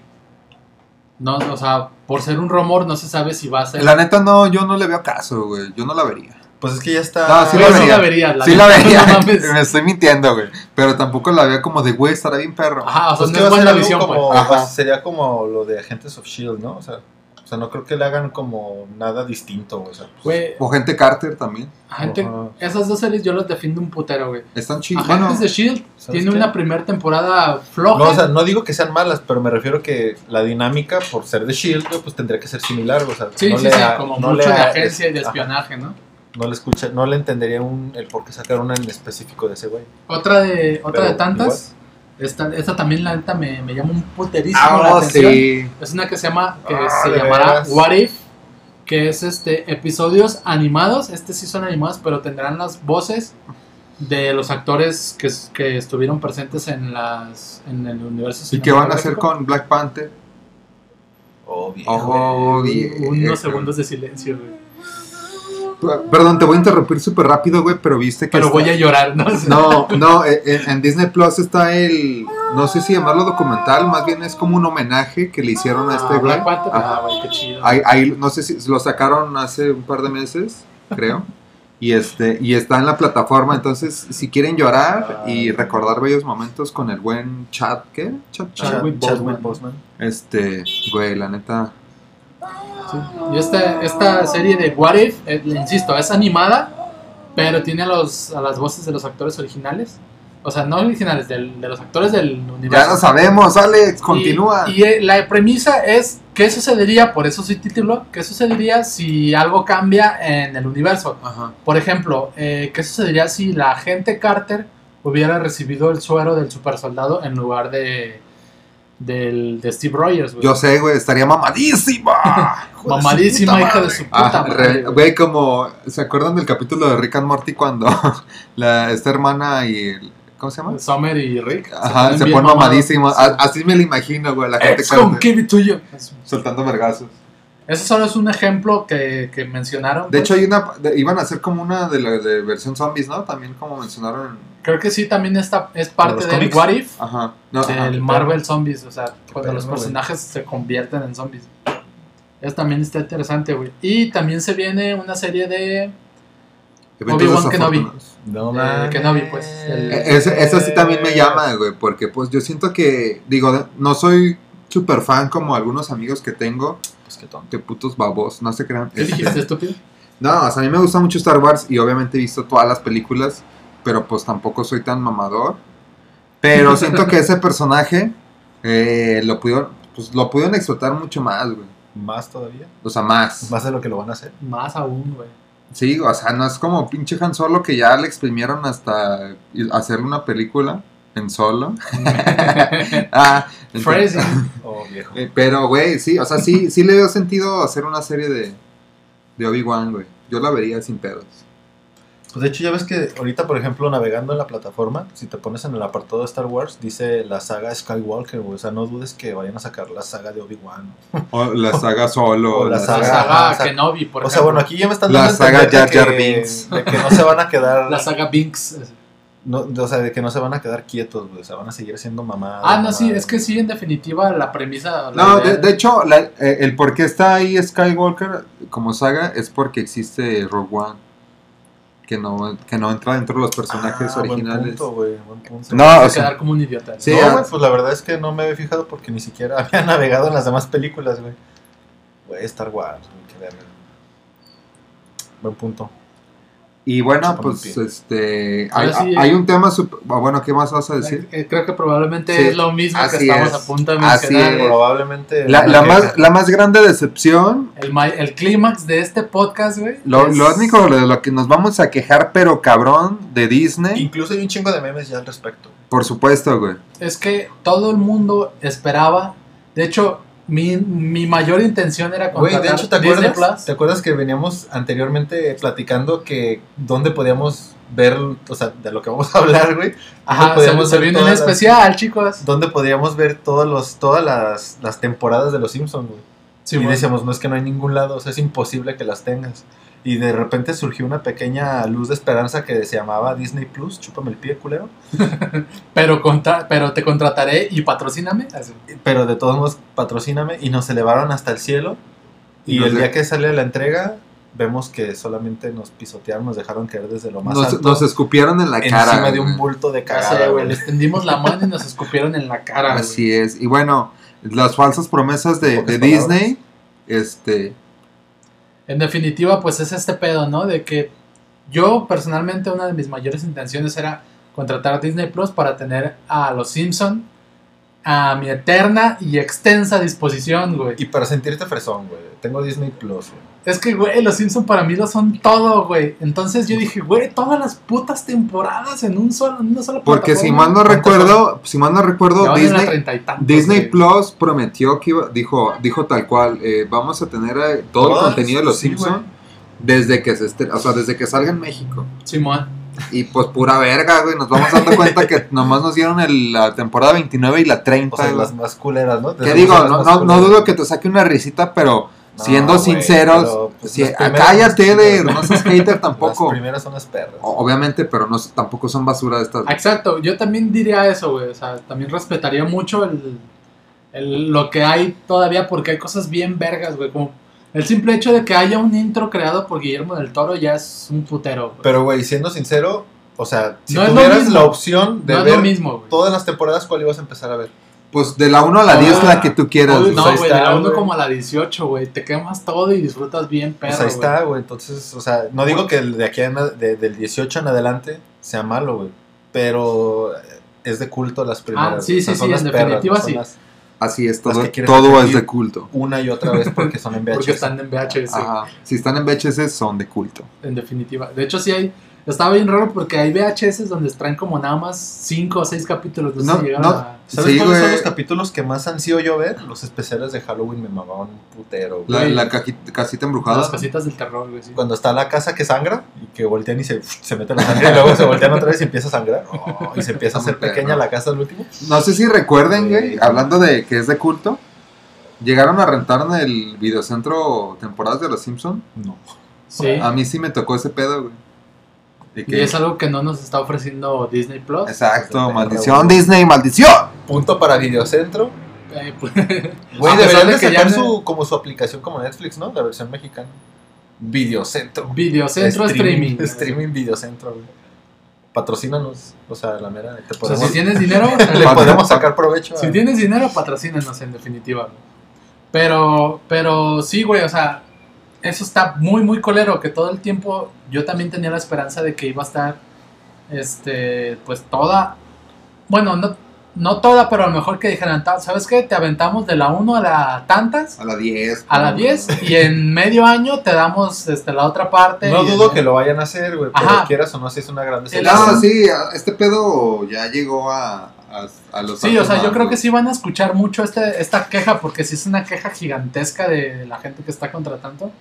Speaker 5: No, o sea, por ser un rumor no se sabe si va a ser
Speaker 3: la neta no, yo no le veo caso, güey. Yo no la vería.
Speaker 1: Pues es que ya está.
Speaker 3: No, sí
Speaker 5: Yo
Speaker 3: la
Speaker 5: sí
Speaker 3: vería.
Speaker 5: la vería, la
Speaker 3: sí la
Speaker 5: neta,
Speaker 3: vería.
Speaker 5: no mames.
Speaker 1: Pues
Speaker 3: Me estoy mintiendo, güey. Pero tampoco la veo como de, güey, estará bien perro.
Speaker 5: Ajá, o sea,
Speaker 1: Pues que
Speaker 5: no
Speaker 1: va
Speaker 5: es
Speaker 1: a ser
Speaker 5: buena
Speaker 1: algo
Speaker 5: visión, pues.
Speaker 1: como-
Speaker 3: pues. Ajá.
Speaker 1: o sea, sería como lo de Agentes of Shield, E ¿no? O sea, o sea, no creo que le hagan como nada distinto, o sea, pues,
Speaker 5: Güey,
Speaker 3: O gente Carter también.
Speaker 5: gente,
Speaker 1: Ajá.
Speaker 5: esas dos series yo las defiendo un putero, güey.
Speaker 3: Están chidos.
Speaker 5: Agentes
Speaker 3: Bueno,
Speaker 5: de Shield
Speaker 1: ¿sabes
Speaker 5: E tiene
Speaker 1: qué?
Speaker 5: una primera temporada floja.
Speaker 1: No, o sea, no digo que sean malas, pero me refiero que la dinámica, por ser de Shield, güey, pues tendría que ser similar, o sea,
Speaker 5: sí,
Speaker 1: no
Speaker 5: sí,
Speaker 1: le
Speaker 5: sí,
Speaker 1: a-
Speaker 5: como
Speaker 1: no
Speaker 5: mucho
Speaker 1: le
Speaker 5: de
Speaker 1: a-
Speaker 5: agencia y de
Speaker 1: ajá,
Speaker 5: espionaje, ¿no?
Speaker 1: no le escucha, no le entendería un, el por qué sacar una en específico de ese güey.
Speaker 5: Otra de, otra
Speaker 1: Pero
Speaker 5: de tantas. Esta, esta también, la neta, me, me llama un puterísimo la
Speaker 3: ah,
Speaker 5: atención.
Speaker 3: sí.
Speaker 5: Es una que se llama, que
Speaker 1: Ah,
Speaker 5: se
Speaker 1: de
Speaker 5: llamará
Speaker 1: veras.
Speaker 5: What If, que es este episodios animados. Este sí son animados, pero tendrán las voces de los actores que, que estuvieron presentes en las en el universo
Speaker 3: ¿Y qué van a hacer
Speaker 5: cinematográfico.
Speaker 3: con Black Panther?
Speaker 1: Obvio.
Speaker 3: Ojo,
Speaker 5: Un-
Speaker 3: viejo.
Speaker 5: unos segundos de silencio, güey.
Speaker 3: Perdón, te voy a interrumpir súper rápido, güey, pero viste que.
Speaker 5: Pero
Speaker 3: está-
Speaker 5: voy a llorar, ¿no?
Speaker 3: No, no, eh, eh, en, Disney Plus está el, no sé si llamarlo documental, más bien es como un homenaje que le hicieron a
Speaker 5: Ah,
Speaker 3: este güey.
Speaker 5: Black Panther.
Speaker 3: Ajá.
Speaker 5: Ah, güey, qué chido.
Speaker 3: Ahí, ahí, no sé si lo sacaron hace un par de meses, creo. Y este, y está en la plataforma, entonces si quieren llorar y recordar bellos momentos con el buen chat, ¿qué? Chat, chat.
Speaker 5: Chadwick Boseman.
Speaker 1: Boseman.
Speaker 3: Este, güey, la neta.
Speaker 5: Sí. Y esta, esta serie de What If, eh, le insisto, es animada, pero tiene a, los, a las voces de los actores originales. O sea, no originales, del- de los actores del universo.
Speaker 3: Ya lo sabemos, Alex, continúa.
Speaker 5: Y, y, eh, la premisa es, ¿qué sucedería? Por eso sí título, ¿qué sucedería si algo cambia en el universo?
Speaker 3: Ajá.
Speaker 5: Por ejemplo, eh, ¿qué sucedería si la agente Carter hubiera recibido el suero del supersoldado en lugar de del, de Steve Rogers, güey.
Speaker 3: Yo sé, güey, estaría mamadísima. Hijo de su
Speaker 5: Mamadísima,
Speaker 3: puta
Speaker 5: hija de
Speaker 3: madre.
Speaker 5: su puta
Speaker 3: Ah,
Speaker 5: madre,
Speaker 3: re-
Speaker 5: güey.
Speaker 3: güey, como, ¿se acuerdan del capítulo de Rick and Morty cuando la, esta hermana y, el- ¿cómo se llama?
Speaker 5: Summer y Rick.
Speaker 3: Ajá, se Ah, pone
Speaker 5: bien mamados.
Speaker 3: mamadísima. A- Así me lo imagino, güey, la gente
Speaker 5: It's con
Speaker 3: cuando-
Speaker 5: Kiwi tuyo.
Speaker 3: soltando vergazos.
Speaker 5: Ese solo es un ejemplo que, que mencionaron.
Speaker 3: De
Speaker 5: pues.
Speaker 3: hecho, hay una, de- iban a hacer como una de la de versión zombies, ¿no? También como mencionaron,
Speaker 5: creo que sí, también está, es parte
Speaker 1: Los
Speaker 5: del
Speaker 1: cómics.
Speaker 5: What If,
Speaker 3: ajá, no, ajá.
Speaker 5: del Marvel Zombies, o sea, cuando
Speaker 1: pedo,
Speaker 5: los
Speaker 1: güey.
Speaker 5: personajes se convierten en zombies. Eso también está interesante, güey. Y también se viene una serie de
Speaker 3: Eventos
Speaker 5: Obi-Wan Kenobi.
Speaker 3: desafortunados.
Speaker 1: No,
Speaker 5: Eh,
Speaker 1: mames.
Speaker 5: Kenobi, pues, el-
Speaker 3: E- Esa, esa sí también me llama, güey, porque pues yo siento que, digo, no soy super fan como algunos amigos que tengo,
Speaker 1: Pues qué tonto.
Speaker 3: que putos babos, no se crean.
Speaker 5: ¿Qué
Speaker 3: Este,
Speaker 5: dijiste, estúpido?
Speaker 3: No, o sea, a mí me gusta mucho Star Wars y obviamente he visto todas las películas, pero pues tampoco soy tan mamador. Pero siento que ese personaje eh, lo pudieron, pues lo pudieron explotar mucho más, güey.
Speaker 1: Más todavía.
Speaker 3: O sea, más.
Speaker 1: Más de lo que lo van a hacer.
Speaker 5: Más aún, güey.
Speaker 3: Sí, o sea, no es como pinche Han Solo que ya le exprimieron hasta y- hacer una película en solo. ah, entonces-
Speaker 5: Phrasing.
Speaker 1: Oh, viejo.
Speaker 3: Eh, pero, güey, sí, o sea, sí, sí le veo sentido hacer una serie de, de Obi-Wan, güey. Yo la vería sin pedos.
Speaker 1: Pues de hecho ya ves que ahorita, por ejemplo, navegando en la plataforma, si te pones en el apartado de Star Wars, dice la saga Skywalker, güey. O sea, no dudes que vayan a sacar la saga de Obi-Wan.
Speaker 3: O la saga solo.
Speaker 1: O la
Speaker 5: La
Speaker 1: Saga,
Speaker 5: saga
Speaker 1: o sea,
Speaker 5: Kenobi, por
Speaker 1: O sea, bueno,
Speaker 5: ejemplo.
Speaker 1: aquí ya me están
Speaker 3: La
Speaker 1: dando a
Speaker 3: saga
Speaker 1: entender de
Speaker 3: Jar Jar
Speaker 1: que-
Speaker 3: Binks.
Speaker 1: De que no se van a quedar...
Speaker 5: La saga Binks.
Speaker 1: no, de- o sea, de que no se van a quedar quietos, güey. O sea, van a seguir haciendo mamá.
Speaker 5: Ah, no, sí, es que sí, en definitiva, la premisa. la
Speaker 3: No,
Speaker 5: idea-
Speaker 3: de, de hecho, la- eh, el por qué está ahí Skywalker como saga es porque existe Rogue One. Que no, que no entra dentro de los personajes
Speaker 1: Ah, Buen
Speaker 3: originales.
Speaker 1: punto, güey. Buen punto.
Speaker 3: no, o
Speaker 5: vas a
Speaker 3: sea,
Speaker 5: quedar como un idiota. ¿no?
Speaker 3: sí,
Speaker 1: no,
Speaker 3: ah,
Speaker 1: güey, pues la verdad es que no me he fijado porque ni siquiera había navegado en las demás películas, güey. Güey, Star Wars, güey, qué verga. Buen punto.
Speaker 3: y bueno,
Speaker 1: Chupa
Speaker 3: pues
Speaker 1: mi pie.
Speaker 3: este. Hay,
Speaker 5: Ahora sí,
Speaker 3: hay
Speaker 5: eh.
Speaker 3: un tema. sup- ah, Bueno, ¿qué más vas a decir?
Speaker 5: Eh, Creo que probablemente
Speaker 3: Sí,
Speaker 5: es lo mismo que
Speaker 3: así
Speaker 5: estamos
Speaker 3: es,
Speaker 5: a punto de
Speaker 3: así
Speaker 5: mencionar.
Speaker 3: es.
Speaker 5: güey.
Speaker 1: Probablemente.
Speaker 3: La,
Speaker 1: una
Speaker 3: la
Speaker 1: que-
Speaker 3: más, la más grande decepción.
Speaker 5: El, ma- el clímax de este podcast, güey.
Speaker 3: Lo,
Speaker 5: es-
Speaker 3: lo único de lo que nos vamos a quejar, pero cabrón, de Disney.
Speaker 1: Incluso hay un chingo de memes ya al respecto.
Speaker 3: Por supuesto, güey.
Speaker 5: Es que todo el mundo esperaba. De hecho, mi, mi mayor intención era
Speaker 1: Güey,
Speaker 5: contratar
Speaker 1: de hecho, ¿te
Speaker 5: Disney
Speaker 1: acuerdas? ¿Te
Speaker 5: Plus.
Speaker 1: acuerdas que veníamos anteriormente platicando que dónde podíamos ver, o sea, de lo que vamos a hablar, güey?
Speaker 5: Ajá,
Speaker 1: ¿Dónde
Speaker 5: se,
Speaker 1: podíamos
Speaker 5: se
Speaker 1: ver
Speaker 5: viene un
Speaker 1: todas las-
Speaker 5: especial, chicos.
Speaker 1: Donde podíamos ver todos los, todas las, las temporadas de Los Simpsons, güey.
Speaker 5: Sí,
Speaker 1: y
Speaker 5: güey.
Speaker 1: decíamos, no es que no hay ningún lado, o sea, es imposible que las tengas. Y de repente surgió una pequeña luz de esperanza que se llamaba Disney Plus, chúpame el pie, culero.
Speaker 5: pero, contra- pero te contrataré y patrocíname. así.
Speaker 1: Pero de todos modos, patrocíname. Y nos elevaron hasta el cielo. Y
Speaker 3: No
Speaker 1: el
Speaker 3: sé.
Speaker 1: día que sale la entrega, vemos que solamente nos pisotearon, nos dejaron caer desde lo más
Speaker 3: Nos,
Speaker 1: alto.
Speaker 3: nos escupieron en la
Speaker 1: encima
Speaker 3: cara.
Speaker 1: de
Speaker 3: güey.
Speaker 1: un bulto de
Speaker 5: Ya sé,
Speaker 1: cagada,
Speaker 5: güey,
Speaker 1: güey. Ah,
Speaker 5: Les tendimos la mano y nos escupieron en la cara. güey.
Speaker 3: Así es. Y bueno, las falsas promesas de,
Speaker 1: En pocas
Speaker 3: de
Speaker 1: palabras.
Speaker 3: Disney, este,
Speaker 5: En definitiva, pues es este pedo, ¿no? De que yo personalmente una de mis mayores intenciones era contratar a Disney Plus para tener a los Simpson a mi eterna y extensa disposición, güey.
Speaker 1: Y para sentirte fresón, güey. Tengo Disney Plus, güey.
Speaker 5: Es que, güey, los Simpson para mí lo son todo, güey. Entonces yo dije, güey, todas las putas temporadas en un solo, en una sola
Speaker 3: porque si mal
Speaker 5: plataforma.
Speaker 3: no recuerdo, si mal no
Speaker 5: Ya
Speaker 3: recuerdo,
Speaker 5: van en la
Speaker 3: Disney,
Speaker 5: treinta y tantos,
Speaker 3: Disney
Speaker 5: güey.
Speaker 3: Plus prometió que iba, dijo, dijo tal cual, eh, vamos a tener eh, todo el
Speaker 1: Todas,
Speaker 3: contenido de los
Speaker 1: sí,
Speaker 3: Simpsons desde que se estre- o sea, desde que salga en México.
Speaker 5: Simón.
Speaker 3: Y pues pura verga, güey, nos vamos dando cuenta que nomás nos dieron el- la temporada 29 y la 30.
Speaker 1: O sea,
Speaker 3: güey.
Speaker 1: las más culeras, ¿no?
Speaker 3: ¿Qué digo? No, no, no dudo que te saque una risita, pero siendo sinceros,
Speaker 1: pues,
Speaker 3: si- cállate de, no seas hater tampoco.
Speaker 1: Las primeras son las perras.
Speaker 3: O- Obviamente, pero no s- tampoco son basura de estas.
Speaker 5: Exacto, yo también diría eso, güey. O sea, también respetaría mucho el, el- lo que hay todavía porque hay cosas bien vergas, güey. Como el simple hecho de que haya un intro creado por Guillermo del Toro ya es un putero, güey.
Speaker 1: Pero, güey, siendo sincero, o sea, si
Speaker 5: No es lo
Speaker 1: tuvieras
Speaker 5: mismo.
Speaker 1: la opción de
Speaker 5: no es lo
Speaker 1: ver
Speaker 5: mismo, güey.
Speaker 1: todas las temporadas, ¿cuál ibas a empezar a ver?
Speaker 3: Pues de la 1 a la
Speaker 5: Ah,
Speaker 3: 10, la que tú quieras.
Speaker 5: Obvio,
Speaker 3: güey.
Speaker 5: no,
Speaker 1: ahí
Speaker 5: güey, de
Speaker 1: está,
Speaker 5: la 1
Speaker 1: güey.
Speaker 5: como a la 18, güey. Te quemas todo y disfrutas bien, perro.
Speaker 1: pues ahí
Speaker 5: güey.
Speaker 1: está, güey. Entonces, o sea, no digo que el de aquí en, de- del 18 en adelante sea malo, güey. Pero eh, es de culto las primeras.
Speaker 5: sí,
Speaker 1: güey. O sea,
Speaker 5: sí,
Speaker 1: son
Speaker 5: sí,
Speaker 1: las
Speaker 5: en
Speaker 1: perras,
Speaker 5: definitiva,
Speaker 1: no son
Speaker 5: sí.
Speaker 1: las-
Speaker 3: Así es,
Speaker 1: Las
Speaker 3: todo,
Speaker 1: que quieres
Speaker 3: todo es
Speaker 1: repetir.
Speaker 3: de culto.
Speaker 1: una y otra vez porque son en VHS.
Speaker 5: Porque están en VHS,
Speaker 3: Ajá. Si están en VHS, son de culto.
Speaker 5: en definitiva. De hecho, sí hay. Estaba bien raro porque hay VHS donde traen como nada más 5 o 6 capítulos. No, sé
Speaker 3: No,
Speaker 5: si llegaron
Speaker 3: no.
Speaker 5: a-
Speaker 1: ¿Sabes
Speaker 3: Sí,
Speaker 1: cuáles son
Speaker 3: güey.
Speaker 1: los capítulos que más han sido yo ver? Los especiales de Halloween me mamaban un putero, güey.
Speaker 3: La, la caji- casita embrujada.
Speaker 5: las casitas del terror, güey. sí.
Speaker 1: Cuando está la casa que sangra y que voltean y se, se mete la sangre y luego se voltean otra vez y empieza a sangrar. Oh, y se empieza a hacer
Speaker 3: Está muy
Speaker 1: pequeña
Speaker 3: perro.
Speaker 1: la casa al último.
Speaker 3: No sé si recuerden, güey,
Speaker 1: Sí.
Speaker 3: hablando de que es de culto, llegaron a rentar en el videocentro temporadas de Los Simpson.
Speaker 1: No.
Speaker 5: Sí.
Speaker 3: A mí sí me tocó ese pedo, güey. De
Speaker 5: Y
Speaker 3: que-
Speaker 5: es algo que no nos está ofreciendo Disney Plus.
Speaker 3: Exacto,
Speaker 1: Perra,
Speaker 3: maldición
Speaker 1: güey.
Speaker 3: Disney, maldición.
Speaker 1: Punto para Videocentro.
Speaker 5: Eh, pues,
Speaker 1: Güey,
Speaker 5: a pesar
Speaker 1: deberían de
Speaker 5: que ya no-
Speaker 1: sacar su, como su aplicación como Netflix, ¿no? La versión mexicana. Videocentro.
Speaker 5: Videocentro streaming.
Speaker 1: Streaming Videocentro, güey. Patrocínanos. O sea, la mera. Te
Speaker 5: O sea,
Speaker 1: podemos,
Speaker 5: si tienes dinero,
Speaker 1: le
Speaker 3: Patro-
Speaker 1: podemos sacar provecho. a-
Speaker 5: Si tienes dinero, patrocínanos en definitiva. güey. Pero, pero sí, güey, o sea, eso está muy, muy colero, que todo el tiempo yo también tenía la esperanza de que iba a estar, este, pues toda, bueno, no, no toda, pero a lo mejor que dijeran, "Ta- ¿sabes qué? Te aventamos de la 1 a la tantas,
Speaker 3: A la 10.
Speaker 5: a la 10, y en medio año te damos este, la otra parte.
Speaker 1: No
Speaker 5: y-
Speaker 1: dudo que lo vayan a hacer, güey. Pero
Speaker 5: Ajá.
Speaker 1: quieras o no, si es una gran
Speaker 5: El
Speaker 1: decepción.
Speaker 3: No,
Speaker 5: asunto-
Speaker 3: sí, a- este pedo ya llegó a, a, a los.
Speaker 5: Sí, o sea,
Speaker 3: altos
Speaker 5: yo creo que
Speaker 3: mandos.
Speaker 5: sí van a escuchar mucho este, esta queja, porque sí es una queja gigantesca de la gente que está contratando.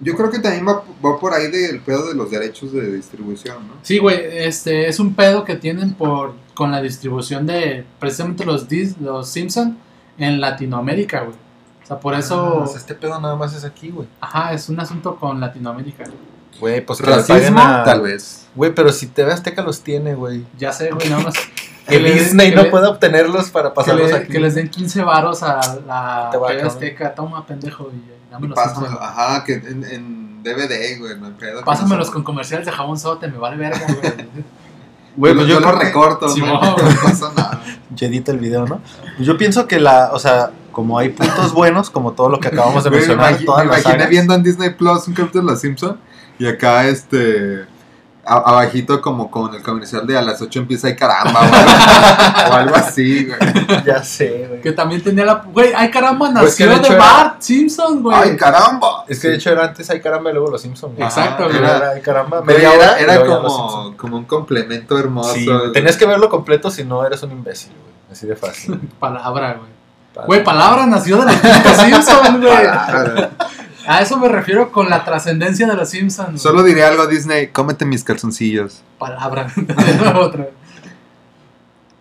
Speaker 3: Yo creo que también va, va por ahí del pedo de los derechos de distribución, ¿no?
Speaker 5: Sí, güey, este es un pedo que tienen por con la distribución de precisamente los Dis, los Simpson en Latinoamérica, güey. O sea, por
Speaker 1: Ah,
Speaker 5: eso,
Speaker 1: o sea, este pedo nada más es aquí, güey.
Speaker 5: ajá, es un asunto con Latinoamérica. güey.
Speaker 1: Güey, pues que le paguen
Speaker 3: Racismo,
Speaker 1: a-
Speaker 3: tal vez.
Speaker 1: Güey, pero si TV Azteca los tiene, güey.
Speaker 5: Ya sé, güey, nada más.
Speaker 1: Que
Speaker 5: le-
Speaker 1: Disney
Speaker 5: que
Speaker 1: no
Speaker 5: le-
Speaker 1: pueda obtenerlos para
Speaker 5: que,
Speaker 1: pasarlos
Speaker 5: le-
Speaker 1: aquí.
Speaker 5: que les den 15 varos a la
Speaker 1: Te va,
Speaker 5: TV
Speaker 1: cabrón.
Speaker 5: Azteca, toma pendejo y, eh, dame
Speaker 3: Y
Speaker 5: los
Speaker 3: pásamelo,
Speaker 5: Simpson.
Speaker 1: ah,
Speaker 3: ajá, que en, en DVD, güey, no hay pedo.
Speaker 5: Pásamelos
Speaker 3: con
Speaker 5: con comerciales de jabón sote, me vale verga, güey.
Speaker 1: Güey,
Speaker 3: yo,
Speaker 1: pues
Speaker 3: yo
Speaker 1: yo
Speaker 3: lo
Speaker 1: creo que-
Speaker 3: recorto,
Speaker 5: Sí,
Speaker 3: no, no
Speaker 5: wow.
Speaker 3: pasa nada.
Speaker 1: Yo edito el video, ¿no? Yo pienso que la, o sea, como hay puntos buenos, como todo lo que acabamos de
Speaker 3: Güey, me
Speaker 1: mencionar,
Speaker 3: imagi-
Speaker 1: todas
Speaker 3: me
Speaker 1: las
Speaker 3: imaginé
Speaker 1: sagas,
Speaker 3: viendo en Disney Plus un capítulo de Los Simpson y acá este a- abajito como con el comercial de a las 8 empieza y caramba o algo, o algo así, güey.
Speaker 1: ya sé, güey.
Speaker 5: que también tenía la güey, ay caramba,
Speaker 1: Pues que
Speaker 5: nació
Speaker 1: de hecho
Speaker 5: de
Speaker 1: era-
Speaker 5: Bart Simpson, güey.
Speaker 3: Ay, caramba.
Speaker 1: Es que de hecho era antes Ay Caramba y luego Los Simpsons. güey.
Speaker 5: Exacto,
Speaker 1: Ah,
Speaker 5: güey.
Speaker 1: Era Ay Caramba,
Speaker 3: Güey,
Speaker 1: media
Speaker 3: era,
Speaker 1: hora. y
Speaker 3: era
Speaker 1: luego ya Los Simpson.
Speaker 3: como, como un complemento hermoso.
Speaker 1: Sí,
Speaker 3: güey.
Speaker 1: tenías que verlo completo si no eres un imbécil, güey. Así de fácil.
Speaker 5: Palabra, güey. Güey, palabra nació de los putos Simpsons, güey. A eso me refiero con la trascendencia de los Simpsons. güey.
Speaker 3: Solo diré algo a Disney, cómete mis calzoncillos.
Speaker 5: Palabra. De nuevo, otra vez.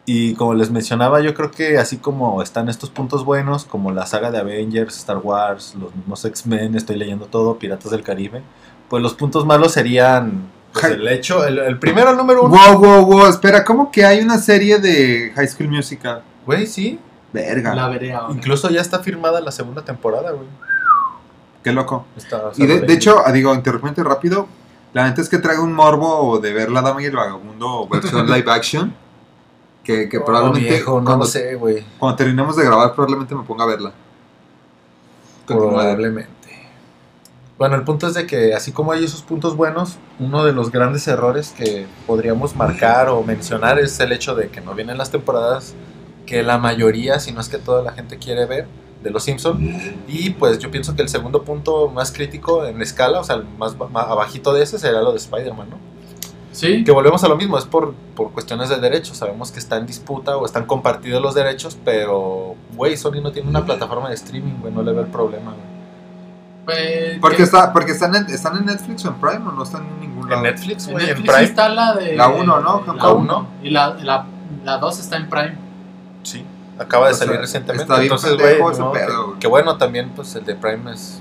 Speaker 1: Y como les mencionaba, yo creo que así como están estos puntos buenos, como la saga de Avengers, Star Wars, los mismos X-Men, estoy leyendo todo, Piratas del Caribe, pues los puntos malos serían pues,
Speaker 3: Hi-
Speaker 1: el hecho, el, el primero, el número uno.
Speaker 3: Wow, wow, wow, espera, ¿cómo que hay una serie de High School Musical?
Speaker 1: Güey, sí,
Speaker 3: Verga,
Speaker 5: La veré ahora.
Speaker 1: incluso ya está firmada la segunda temporada, güey.
Speaker 3: qué loco.
Speaker 1: Está- o sea,
Speaker 3: Y de,
Speaker 1: lo
Speaker 3: de
Speaker 1: leí.
Speaker 3: hecho, ah, digo, interrumpente rápido, la neta es que traigo un morbo de ver La Dama y el Vagabundo versión live action, que, que
Speaker 1: Oh,
Speaker 3: probablemente
Speaker 1: viejo, no
Speaker 3: cuando,
Speaker 1: lo sé, güey.
Speaker 3: cuando terminemos de grabar probablemente me ponga a verla.
Speaker 1: Probablemente. Bueno, el punto es de que así como hay esos puntos buenos, uno de los grandes errores que podríamos marcar o mencionar es el hecho de que no vienen las temporadas que la mayoría, si no es que toda la gente quiere ver de Los Simpson y pues yo pienso que el segundo punto más crítico en escala, o sea, el más, ba- más abajito de ese sería lo de Spider-Man, ¿no?
Speaker 5: Sí.
Speaker 1: Que volvemos a lo mismo, es por, por cuestiones de derechos. Sabemos que está en disputa o están compartidos los derechos, pero, güey, Sony no tiene una plataforma de streaming, güey, no le veo el problema, güey.
Speaker 5: Porque
Speaker 3: Porque, está, porque están, en, están en Netflix o en Prime o no están en ningún lado.
Speaker 1: En Netflix,
Speaker 5: en
Speaker 1: güey, en
Speaker 5: Netflix
Speaker 1: Prime.
Speaker 5: está la de.
Speaker 3: La uno, ¿no?
Speaker 5: La
Speaker 3: Capcom.
Speaker 5: 1. Y la 2 la, la dos está en Prime.
Speaker 1: Sí, acaba de
Speaker 3: O sea,
Speaker 1: salir recientemente.
Speaker 3: está bien
Speaker 1: Entonces, güey,
Speaker 3: pendejo ese
Speaker 1: no,
Speaker 3: pedo,
Speaker 1: que-
Speaker 3: güey.
Speaker 1: que, bueno, también, pues el de Prime es,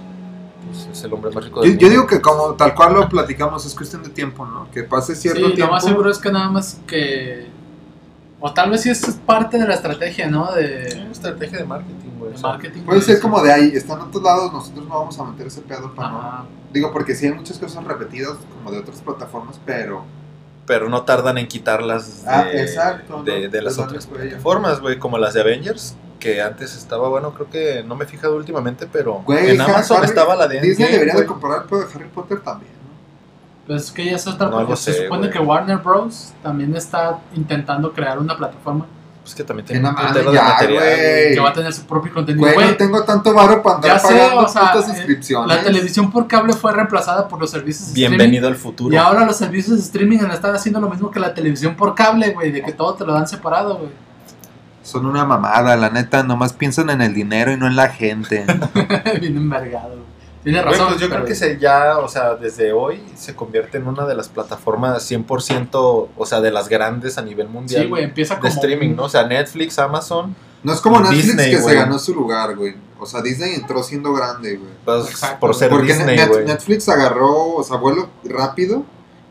Speaker 1: pues, es el hombre más rico
Speaker 3: Yo,
Speaker 1: del
Speaker 3: yo
Speaker 1: mundo.
Speaker 3: digo que como tal cual lo platicamos, es cuestión de tiempo, ¿no? Que pase
Speaker 5: Sí,
Speaker 3: cierto
Speaker 5: lo
Speaker 3: tiempo.
Speaker 5: más seguro es que nada más que. O tal vez sí es parte de la estrategia, ¿no?
Speaker 1: Es una
Speaker 5: De,
Speaker 1: estrategia de marketing, güey.
Speaker 5: de
Speaker 1: o sea,
Speaker 5: marketing.
Speaker 3: Puede ser como de ahí, están en otros lados, nosotros no vamos a meter ese pedo para no.
Speaker 5: Ajá.
Speaker 3: Digo, porque sí hay muchas cosas repetidas como de otras plataformas, pero...
Speaker 1: Pero no tardan en quitarlas de,
Speaker 3: Ah, exacto, ¿no? Pues,
Speaker 1: de, de
Speaker 3: Les
Speaker 1: las
Speaker 3: dan
Speaker 1: otras
Speaker 3: por ello.
Speaker 1: plataformas, güey, como las de Avengers. Que antes estaba, bueno, creo que no me he fijado últimamente, pero
Speaker 3: Güey,
Speaker 1: en
Speaker 3: Harry-
Speaker 1: Amazon
Speaker 3: Harry-
Speaker 1: estaba la de
Speaker 3: Disney
Speaker 1: Endgame,
Speaker 3: debería de
Speaker 1: güey.
Speaker 3: comprar el de Harry Potter también, ¿no?
Speaker 5: Pues es que ya es otra
Speaker 1: No lo
Speaker 5: porque se
Speaker 1: sé,
Speaker 5: supone
Speaker 1: güey.
Speaker 5: que Warner Bros. también está intentando crear una plataforma
Speaker 1: Pues que también
Speaker 3: Que
Speaker 1: tiene
Speaker 3: no
Speaker 1: un putero
Speaker 3: mames,
Speaker 1: de
Speaker 3: ya,
Speaker 1: material.
Speaker 3: güey.
Speaker 5: que va a tener su propio contenido.
Speaker 3: Güey,
Speaker 5: Güey,
Speaker 3: no tengo tanto barro para
Speaker 5: ya
Speaker 3: andar
Speaker 5: sé,
Speaker 3: pagando
Speaker 5: o sea,
Speaker 3: tantas
Speaker 5: eh,
Speaker 3: inscripciones.
Speaker 5: la televisión por cable fue reemplazada por los servicios de
Speaker 1: Bienvenido al
Speaker 5: streaming. Y
Speaker 1: futuro.
Speaker 5: ahora los servicios de streaming están haciendo lo mismo que la televisión por cable, güey, de que todo te lo dan separado, güey.
Speaker 3: Son una mamada, la neta, nomás piensan en el dinero y no en la gente.
Speaker 5: Bien envergado, güey. Tienes
Speaker 1: Güey,
Speaker 5: razón.
Speaker 1: pues yo
Speaker 5: pero-
Speaker 1: creo que se ya, o sea, desde hoy se convierte en una de las plataformas 100%, o sea, de las grandes a nivel mundial
Speaker 5: Sí, güey, empieza
Speaker 1: de
Speaker 5: como.
Speaker 1: streaming, ¿no? O sea, Netflix, Amazon,
Speaker 3: No es como Netflix
Speaker 1: Disney,
Speaker 3: que
Speaker 1: güey.
Speaker 3: se ganó su lugar, güey. O sea, Disney entró siendo grande, güey.
Speaker 1: pues,
Speaker 5: Exacto,
Speaker 1: por
Speaker 5: güey.
Speaker 1: ser
Speaker 3: Porque
Speaker 1: Disney,
Speaker 3: Net-
Speaker 1: güey.
Speaker 3: Netflix agarró, o sea, vuelo rápido.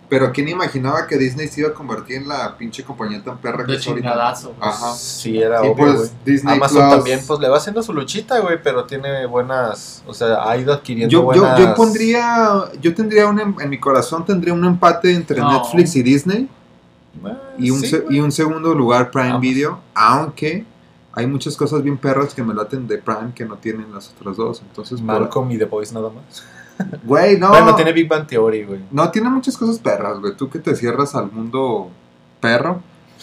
Speaker 3: Pero quién imaginaba que Disney se iba a convertir en la pinche compañía tan perra que
Speaker 5: De
Speaker 3: es ahorita?
Speaker 5: chingadazo, güey.
Speaker 3: Ajá.
Speaker 1: Sí, era
Speaker 3: Sí,
Speaker 1: obvio,
Speaker 3: pues,
Speaker 1: güey.
Speaker 3: Disney
Speaker 1: Amazon
Speaker 3: Plus.
Speaker 1: también, pues le va haciendo su luchita, güey, pero tiene buenas, o sea, ha ido adquiriendo
Speaker 3: Yo, yo,
Speaker 1: buenas.
Speaker 3: yo pondría, yo tendría un, em- en mi corazón tendría un empate entre
Speaker 5: No.
Speaker 3: Netflix y Disney
Speaker 1: Eh,
Speaker 3: y un,
Speaker 1: sí,
Speaker 3: se-
Speaker 1: güey.
Speaker 3: y un segundo lugar Prime
Speaker 1: Vamos.
Speaker 3: Video, aunque hay muchas cosas bien perras que me laten de Prime que no tienen las otras dos, entonces, por-
Speaker 1: Malcolm y The Voice nada más.
Speaker 3: güey, no,
Speaker 1: Bueno, tiene Big Bang Theory, güey.
Speaker 3: no, tiene muchas cosas perras, güey, tú que te cierras al mundo perro,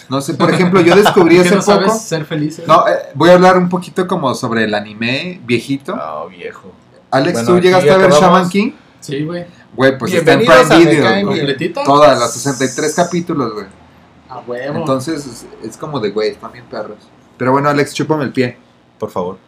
Speaker 3: no sé, por ejemplo, yo descubrí
Speaker 5: Que
Speaker 3: hace
Speaker 5: no
Speaker 3: poco,
Speaker 5: sabes ser feliz.
Speaker 3: no, eh, voy a hablar un poquito como sobre el anime viejito,
Speaker 1: Ah, viejo.
Speaker 3: Alex,
Speaker 1: Bueno,
Speaker 3: tú
Speaker 1: aquí
Speaker 3: llegaste a ver
Speaker 1: acabamos.
Speaker 3: Shaman King,
Speaker 5: Sí, güey.
Speaker 3: güey, pues está en
Speaker 1: Bienvenidos a Me
Speaker 3: Prime
Speaker 1: Cae
Speaker 3: Video, güey.
Speaker 1: Bien.
Speaker 5: ¿Completita?
Speaker 3: Todas, las 63 capítulos, güey.
Speaker 5: A huevo.
Speaker 3: Entonces es, es como de, güey, están bien perros. Pero bueno, Alex, chúpame el pie.
Speaker 1: Por favor.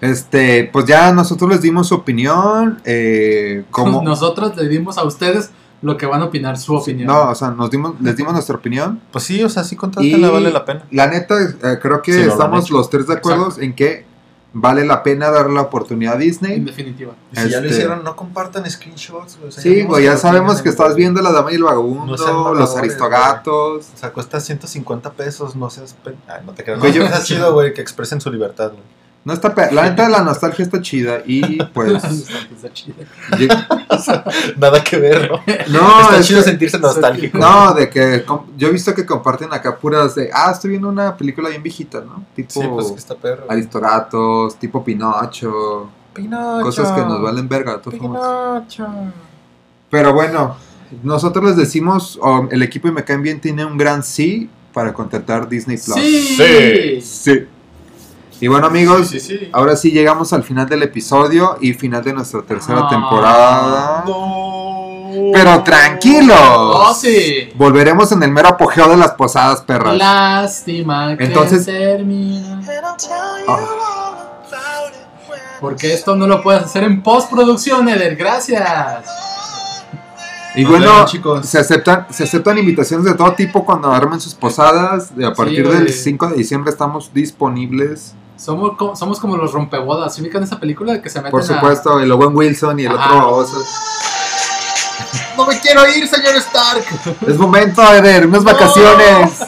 Speaker 3: Este, pues ya nosotros les dimos su opinión. eh, como,
Speaker 5: Nosotros le dimos a ustedes lo que van a opinar, su opinión.
Speaker 3: no, o sea, nos dimos, les dimos nuestra opinión.
Speaker 1: Pues sí, o sea, sí contrátela,
Speaker 3: Y-
Speaker 1: vale la pena.
Speaker 3: La neta, eh, creo que
Speaker 1: Sí, no lo han
Speaker 3: estamos
Speaker 1: hecho.
Speaker 3: los tres de acuerdo en que vale la pena darle la oportunidad a
Speaker 5: En
Speaker 3: Disney.
Speaker 5: definitiva.
Speaker 1: Y si ya lo
Speaker 3: Este-
Speaker 1: hicieron, no compartan screenshots, güey. o sea,
Speaker 3: Sí,
Speaker 1: vimos
Speaker 3: güey,
Speaker 1: que
Speaker 3: ya
Speaker 1: lo
Speaker 3: sabemos
Speaker 1: tienen,
Speaker 3: que
Speaker 1: güey.
Speaker 3: estás viendo La Dama y el Vagabundo,
Speaker 1: No sean
Speaker 3: Los
Speaker 1: mamadores,
Speaker 3: Aristogatos.
Speaker 1: O sea, cuesta 150 pesos, no seas... pe- Ay, no te creas. No,
Speaker 3: Güey, yo-
Speaker 1: está chido, güey, que expresen su libertad, güey.
Speaker 3: No está pe- La neta, la nostalgia está chida y pues...
Speaker 5: Está chido.
Speaker 3: lleg-
Speaker 1: Nada que ver, ¿no?
Speaker 3: no,
Speaker 1: está
Speaker 3: es
Speaker 1: chido
Speaker 3: que-
Speaker 1: sentirse nostálgico.
Speaker 3: No, de que com- yo he visto que comparten acá puras de, ah, estoy viendo una película bien viejita, ¿no? Tipo
Speaker 1: Sí, pues que está perro. güey.
Speaker 3: Aristogatos, tipo Pinocho,
Speaker 1: Pinocho.
Speaker 3: cosas que nos valen pues, verga. de todas formas.
Speaker 1: Pinocho.
Speaker 3: Pero bueno, nosotros les decimos, o el equipo y me caen bien tiene un gran sí para contratar Disney Plus.
Speaker 5: Sí.
Speaker 3: Sí. Y bueno amigos,
Speaker 1: Sí, sí, sí.
Speaker 3: ahora sí llegamos al final del episodio y final de nuestra tercera
Speaker 5: Ah,
Speaker 3: temporada.
Speaker 1: No.
Speaker 3: Pero tranquilos.
Speaker 5: Oh, sí.
Speaker 3: Volveremos en el mero apogeo de las posadas, perras.
Speaker 5: Lástima que
Speaker 3: Entonces-
Speaker 5: termina.
Speaker 3: Ah.
Speaker 5: Porque esto no lo puedes hacer en postproducción, Eder. Gracias.
Speaker 3: Y
Speaker 1: Nos
Speaker 3: bueno,
Speaker 1: vemos, chicos.
Speaker 3: se aceptan, se aceptan invitaciones de todo tipo cuando armen sus posadas. De- A
Speaker 5: Sí,
Speaker 3: partir
Speaker 5: güey.
Speaker 3: del 5 de diciembre estamos disponibles.
Speaker 5: Somos, co- somos como los rompebodas. ¿Se ubican esa película que se meten
Speaker 3: Por
Speaker 5: a-
Speaker 3: supuesto, el Owen Wilson y el
Speaker 5: Ajá.
Speaker 3: otro baboso.
Speaker 1: No me quiero ir, señor Stark.
Speaker 3: Es momento de ver unas vacaciones.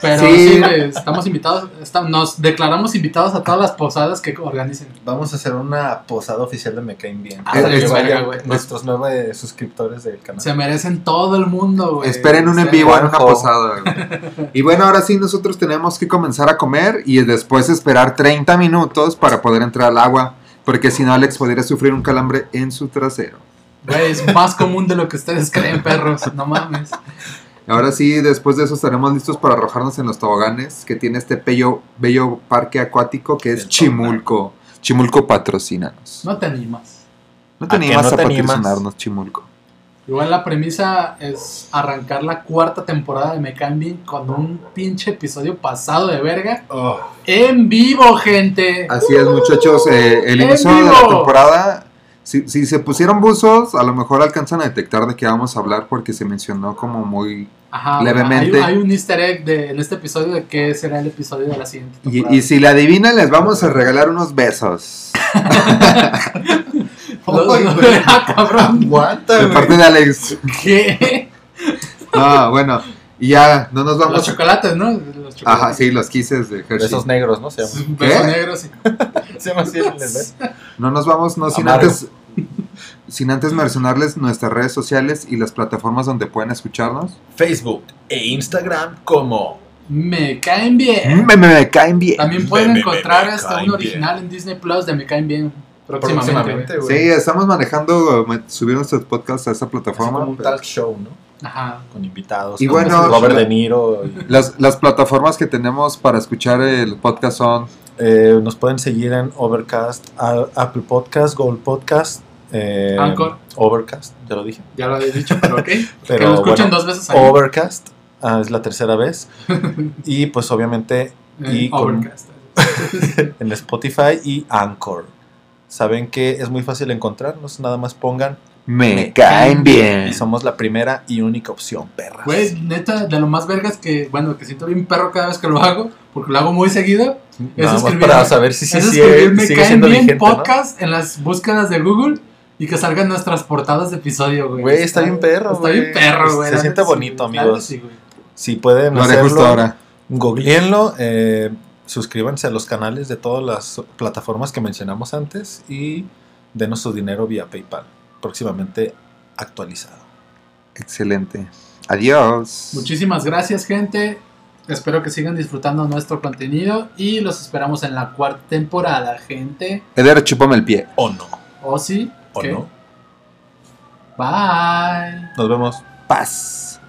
Speaker 5: Pero
Speaker 3: Sí.
Speaker 5: sí, güey, estamos invitados. esta- nos declaramos invitados a todas las posadas que organicen.
Speaker 1: Vamos a hacer una posada oficial de Me Caen Bien.
Speaker 5: Ah,
Speaker 1: Para
Speaker 3: es-
Speaker 1: que
Speaker 3: es-
Speaker 1: vayan
Speaker 5: güey.
Speaker 1: nuestros nueve suscriptores del canal.
Speaker 5: Se merecen todo el mundo, güey.
Speaker 3: Esperen un en
Speaker 5: Sí.
Speaker 3: vivo en una
Speaker 1: Juanjo.
Speaker 3: posada. güey. Y bueno, ahora sí nosotros tenemos que comenzar a comer y después esperar 30 minutos para poder entrar al agua. Porque si no, Alex podría sufrir un calambre en su trasero.
Speaker 5: Güey, es más común de lo que ustedes creen, perros. No mames.
Speaker 3: Ahora sí, después de eso estaremos listos para arrojarnos en los toboganes que tiene este bello, bello parque acuático que es
Speaker 1: El
Speaker 3: Chimulco. Chimulco patrocínanos.
Speaker 5: No te animas.
Speaker 3: No te
Speaker 1: ¿A que
Speaker 3: animas
Speaker 1: no
Speaker 3: a
Speaker 1: te animas?
Speaker 3: patrocinarnos, Chimulco.
Speaker 5: Igual la premisa es arrancar la cuarta temporada de Me Caen Bien con un pinche episodio pasado de verga.
Speaker 1: Oh,
Speaker 5: En vivo, gente.
Speaker 3: Así es, muchachos. eh, el
Speaker 5: ¡En
Speaker 3: inicio de la
Speaker 5: vivo!
Speaker 3: temporada. Si, si se pusieron buzos, a lo mejor alcanzan a detectar de qué vamos a hablar porque se mencionó como muy.
Speaker 5: Ajá.
Speaker 3: Levemente.
Speaker 5: Hay, hay un easter egg de, en este episodio de qué será el episodio de la siguiente
Speaker 3: Y,
Speaker 5: temporada.
Speaker 3: y si la adivinan, les vamos a regalar unos besos.
Speaker 5: Los-
Speaker 1: Ay, güey.
Speaker 5: Ah, cabrón.
Speaker 1: aguanta,
Speaker 3: De
Speaker 1: güey.
Speaker 3: parte de Alex.
Speaker 5: ¿Qué?
Speaker 3: Ah, bueno. Y ya, no nos
Speaker 5: Los
Speaker 3: vamos.
Speaker 5: chocolates, ¿no? Los chocolates.
Speaker 3: Ajá, sí, los quises de Hershey.
Speaker 1: Besos negros, ¿no? Se llama.
Speaker 5: Besos negros sí.
Speaker 1: Se llama así, ¿les ves?
Speaker 3: No nos vamos, no sin
Speaker 1: Amargo.
Speaker 3: antes, sin antes mencionarles nuestras redes sociales y las plataformas donde pueden escucharnos.
Speaker 1: Facebook e Instagram como
Speaker 5: Me caen
Speaker 1: Eh.
Speaker 5: bien.
Speaker 3: Me, me- me caen bien.
Speaker 5: También pueden
Speaker 7: Me- me-
Speaker 5: encontrar
Speaker 7: me
Speaker 5: hasta
Speaker 7: caen
Speaker 5: un original en Disney Plus de Me caen bien próximamente.
Speaker 1: próximamente,
Speaker 3: Sí,
Speaker 1: güey.
Speaker 3: estamos manejando eh, subir nuestros podcasts a esa
Speaker 1: Así como
Speaker 3: plataforma.
Speaker 1: un talk show, ¿no?
Speaker 5: güey. Ajá.
Speaker 1: con invitados.
Speaker 3: Y
Speaker 1: como
Speaker 3: bueno,
Speaker 1: Robert
Speaker 3: la-
Speaker 1: De Niro. y-
Speaker 3: Las, las plataformas que tenemos para escuchar el podcast son
Speaker 1: eh, nos pueden seguir en Overcast, a- Apple Podcast, Google Podcast. eh,
Speaker 5: Anchor.
Speaker 1: Overcast, ya lo dije.
Speaker 5: Ya lo había dicho, pero ok. que
Speaker 1: Pero
Speaker 5: lo escuchen
Speaker 1: bueno,
Speaker 5: dos veces ahí.
Speaker 1: Overcast, ah, es la tercera vez. y pues obviamente
Speaker 5: En
Speaker 1: y con-
Speaker 5: Eh, Overcast.
Speaker 1: en Spotify y Anchor. Saben que es muy fácil encontrarnos, nada más pongan.
Speaker 3: Me caen
Speaker 1: Y
Speaker 3: bien.
Speaker 1: somos la primera y única opción, perras.
Speaker 5: Güey, neta, de lo más vergas que, bueno, que siento bien perro cada vez que lo hago, porque lo hago muy seguido, es
Speaker 1: nada más
Speaker 5: escribir-
Speaker 1: para saber si, si
Speaker 5: es
Speaker 1: sigue,
Speaker 5: escribir Me
Speaker 1: eh, sigue
Speaker 5: Caen
Speaker 1: siendo
Speaker 5: Bien
Speaker 1: vigente. ¿no?
Speaker 5: Podcast en las búsquedas de Google y que salgan nuestras portadas de episodio, güey.
Speaker 1: Güey, está bien perro,
Speaker 5: Está
Speaker 1: güey.
Speaker 5: bien perro,
Speaker 1: Se
Speaker 5: güey. la
Speaker 1: siente
Speaker 5: neta sí,
Speaker 1: bonito,
Speaker 5: la neta
Speaker 1: amigos.
Speaker 5: sí, güey.
Speaker 1: Si pueden
Speaker 3: Lo haré
Speaker 1: hacerlo,
Speaker 3: justo ahora.
Speaker 1: googleenlo, eh, suscríbanse a los canales de todas las plataformas que mencionamos antes y denos su dinero vía PayPal, próximamente actualizado.
Speaker 3: Excelente. Adiós.
Speaker 5: Muchísimas gracias, gente. Espero que sigan disfrutando nuestro contenido y los esperamos en la cuarta temporada, gente.
Speaker 3: Eder, chúpame el pie.
Speaker 1: O no,
Speaker 5: O sí,
Speaker 1: o
Speaker 5: ¿qué?
Speaker 1: no.
Speaker 5: Bye.
Speaker 1: Nos vemos.
Speaker 3: Paz.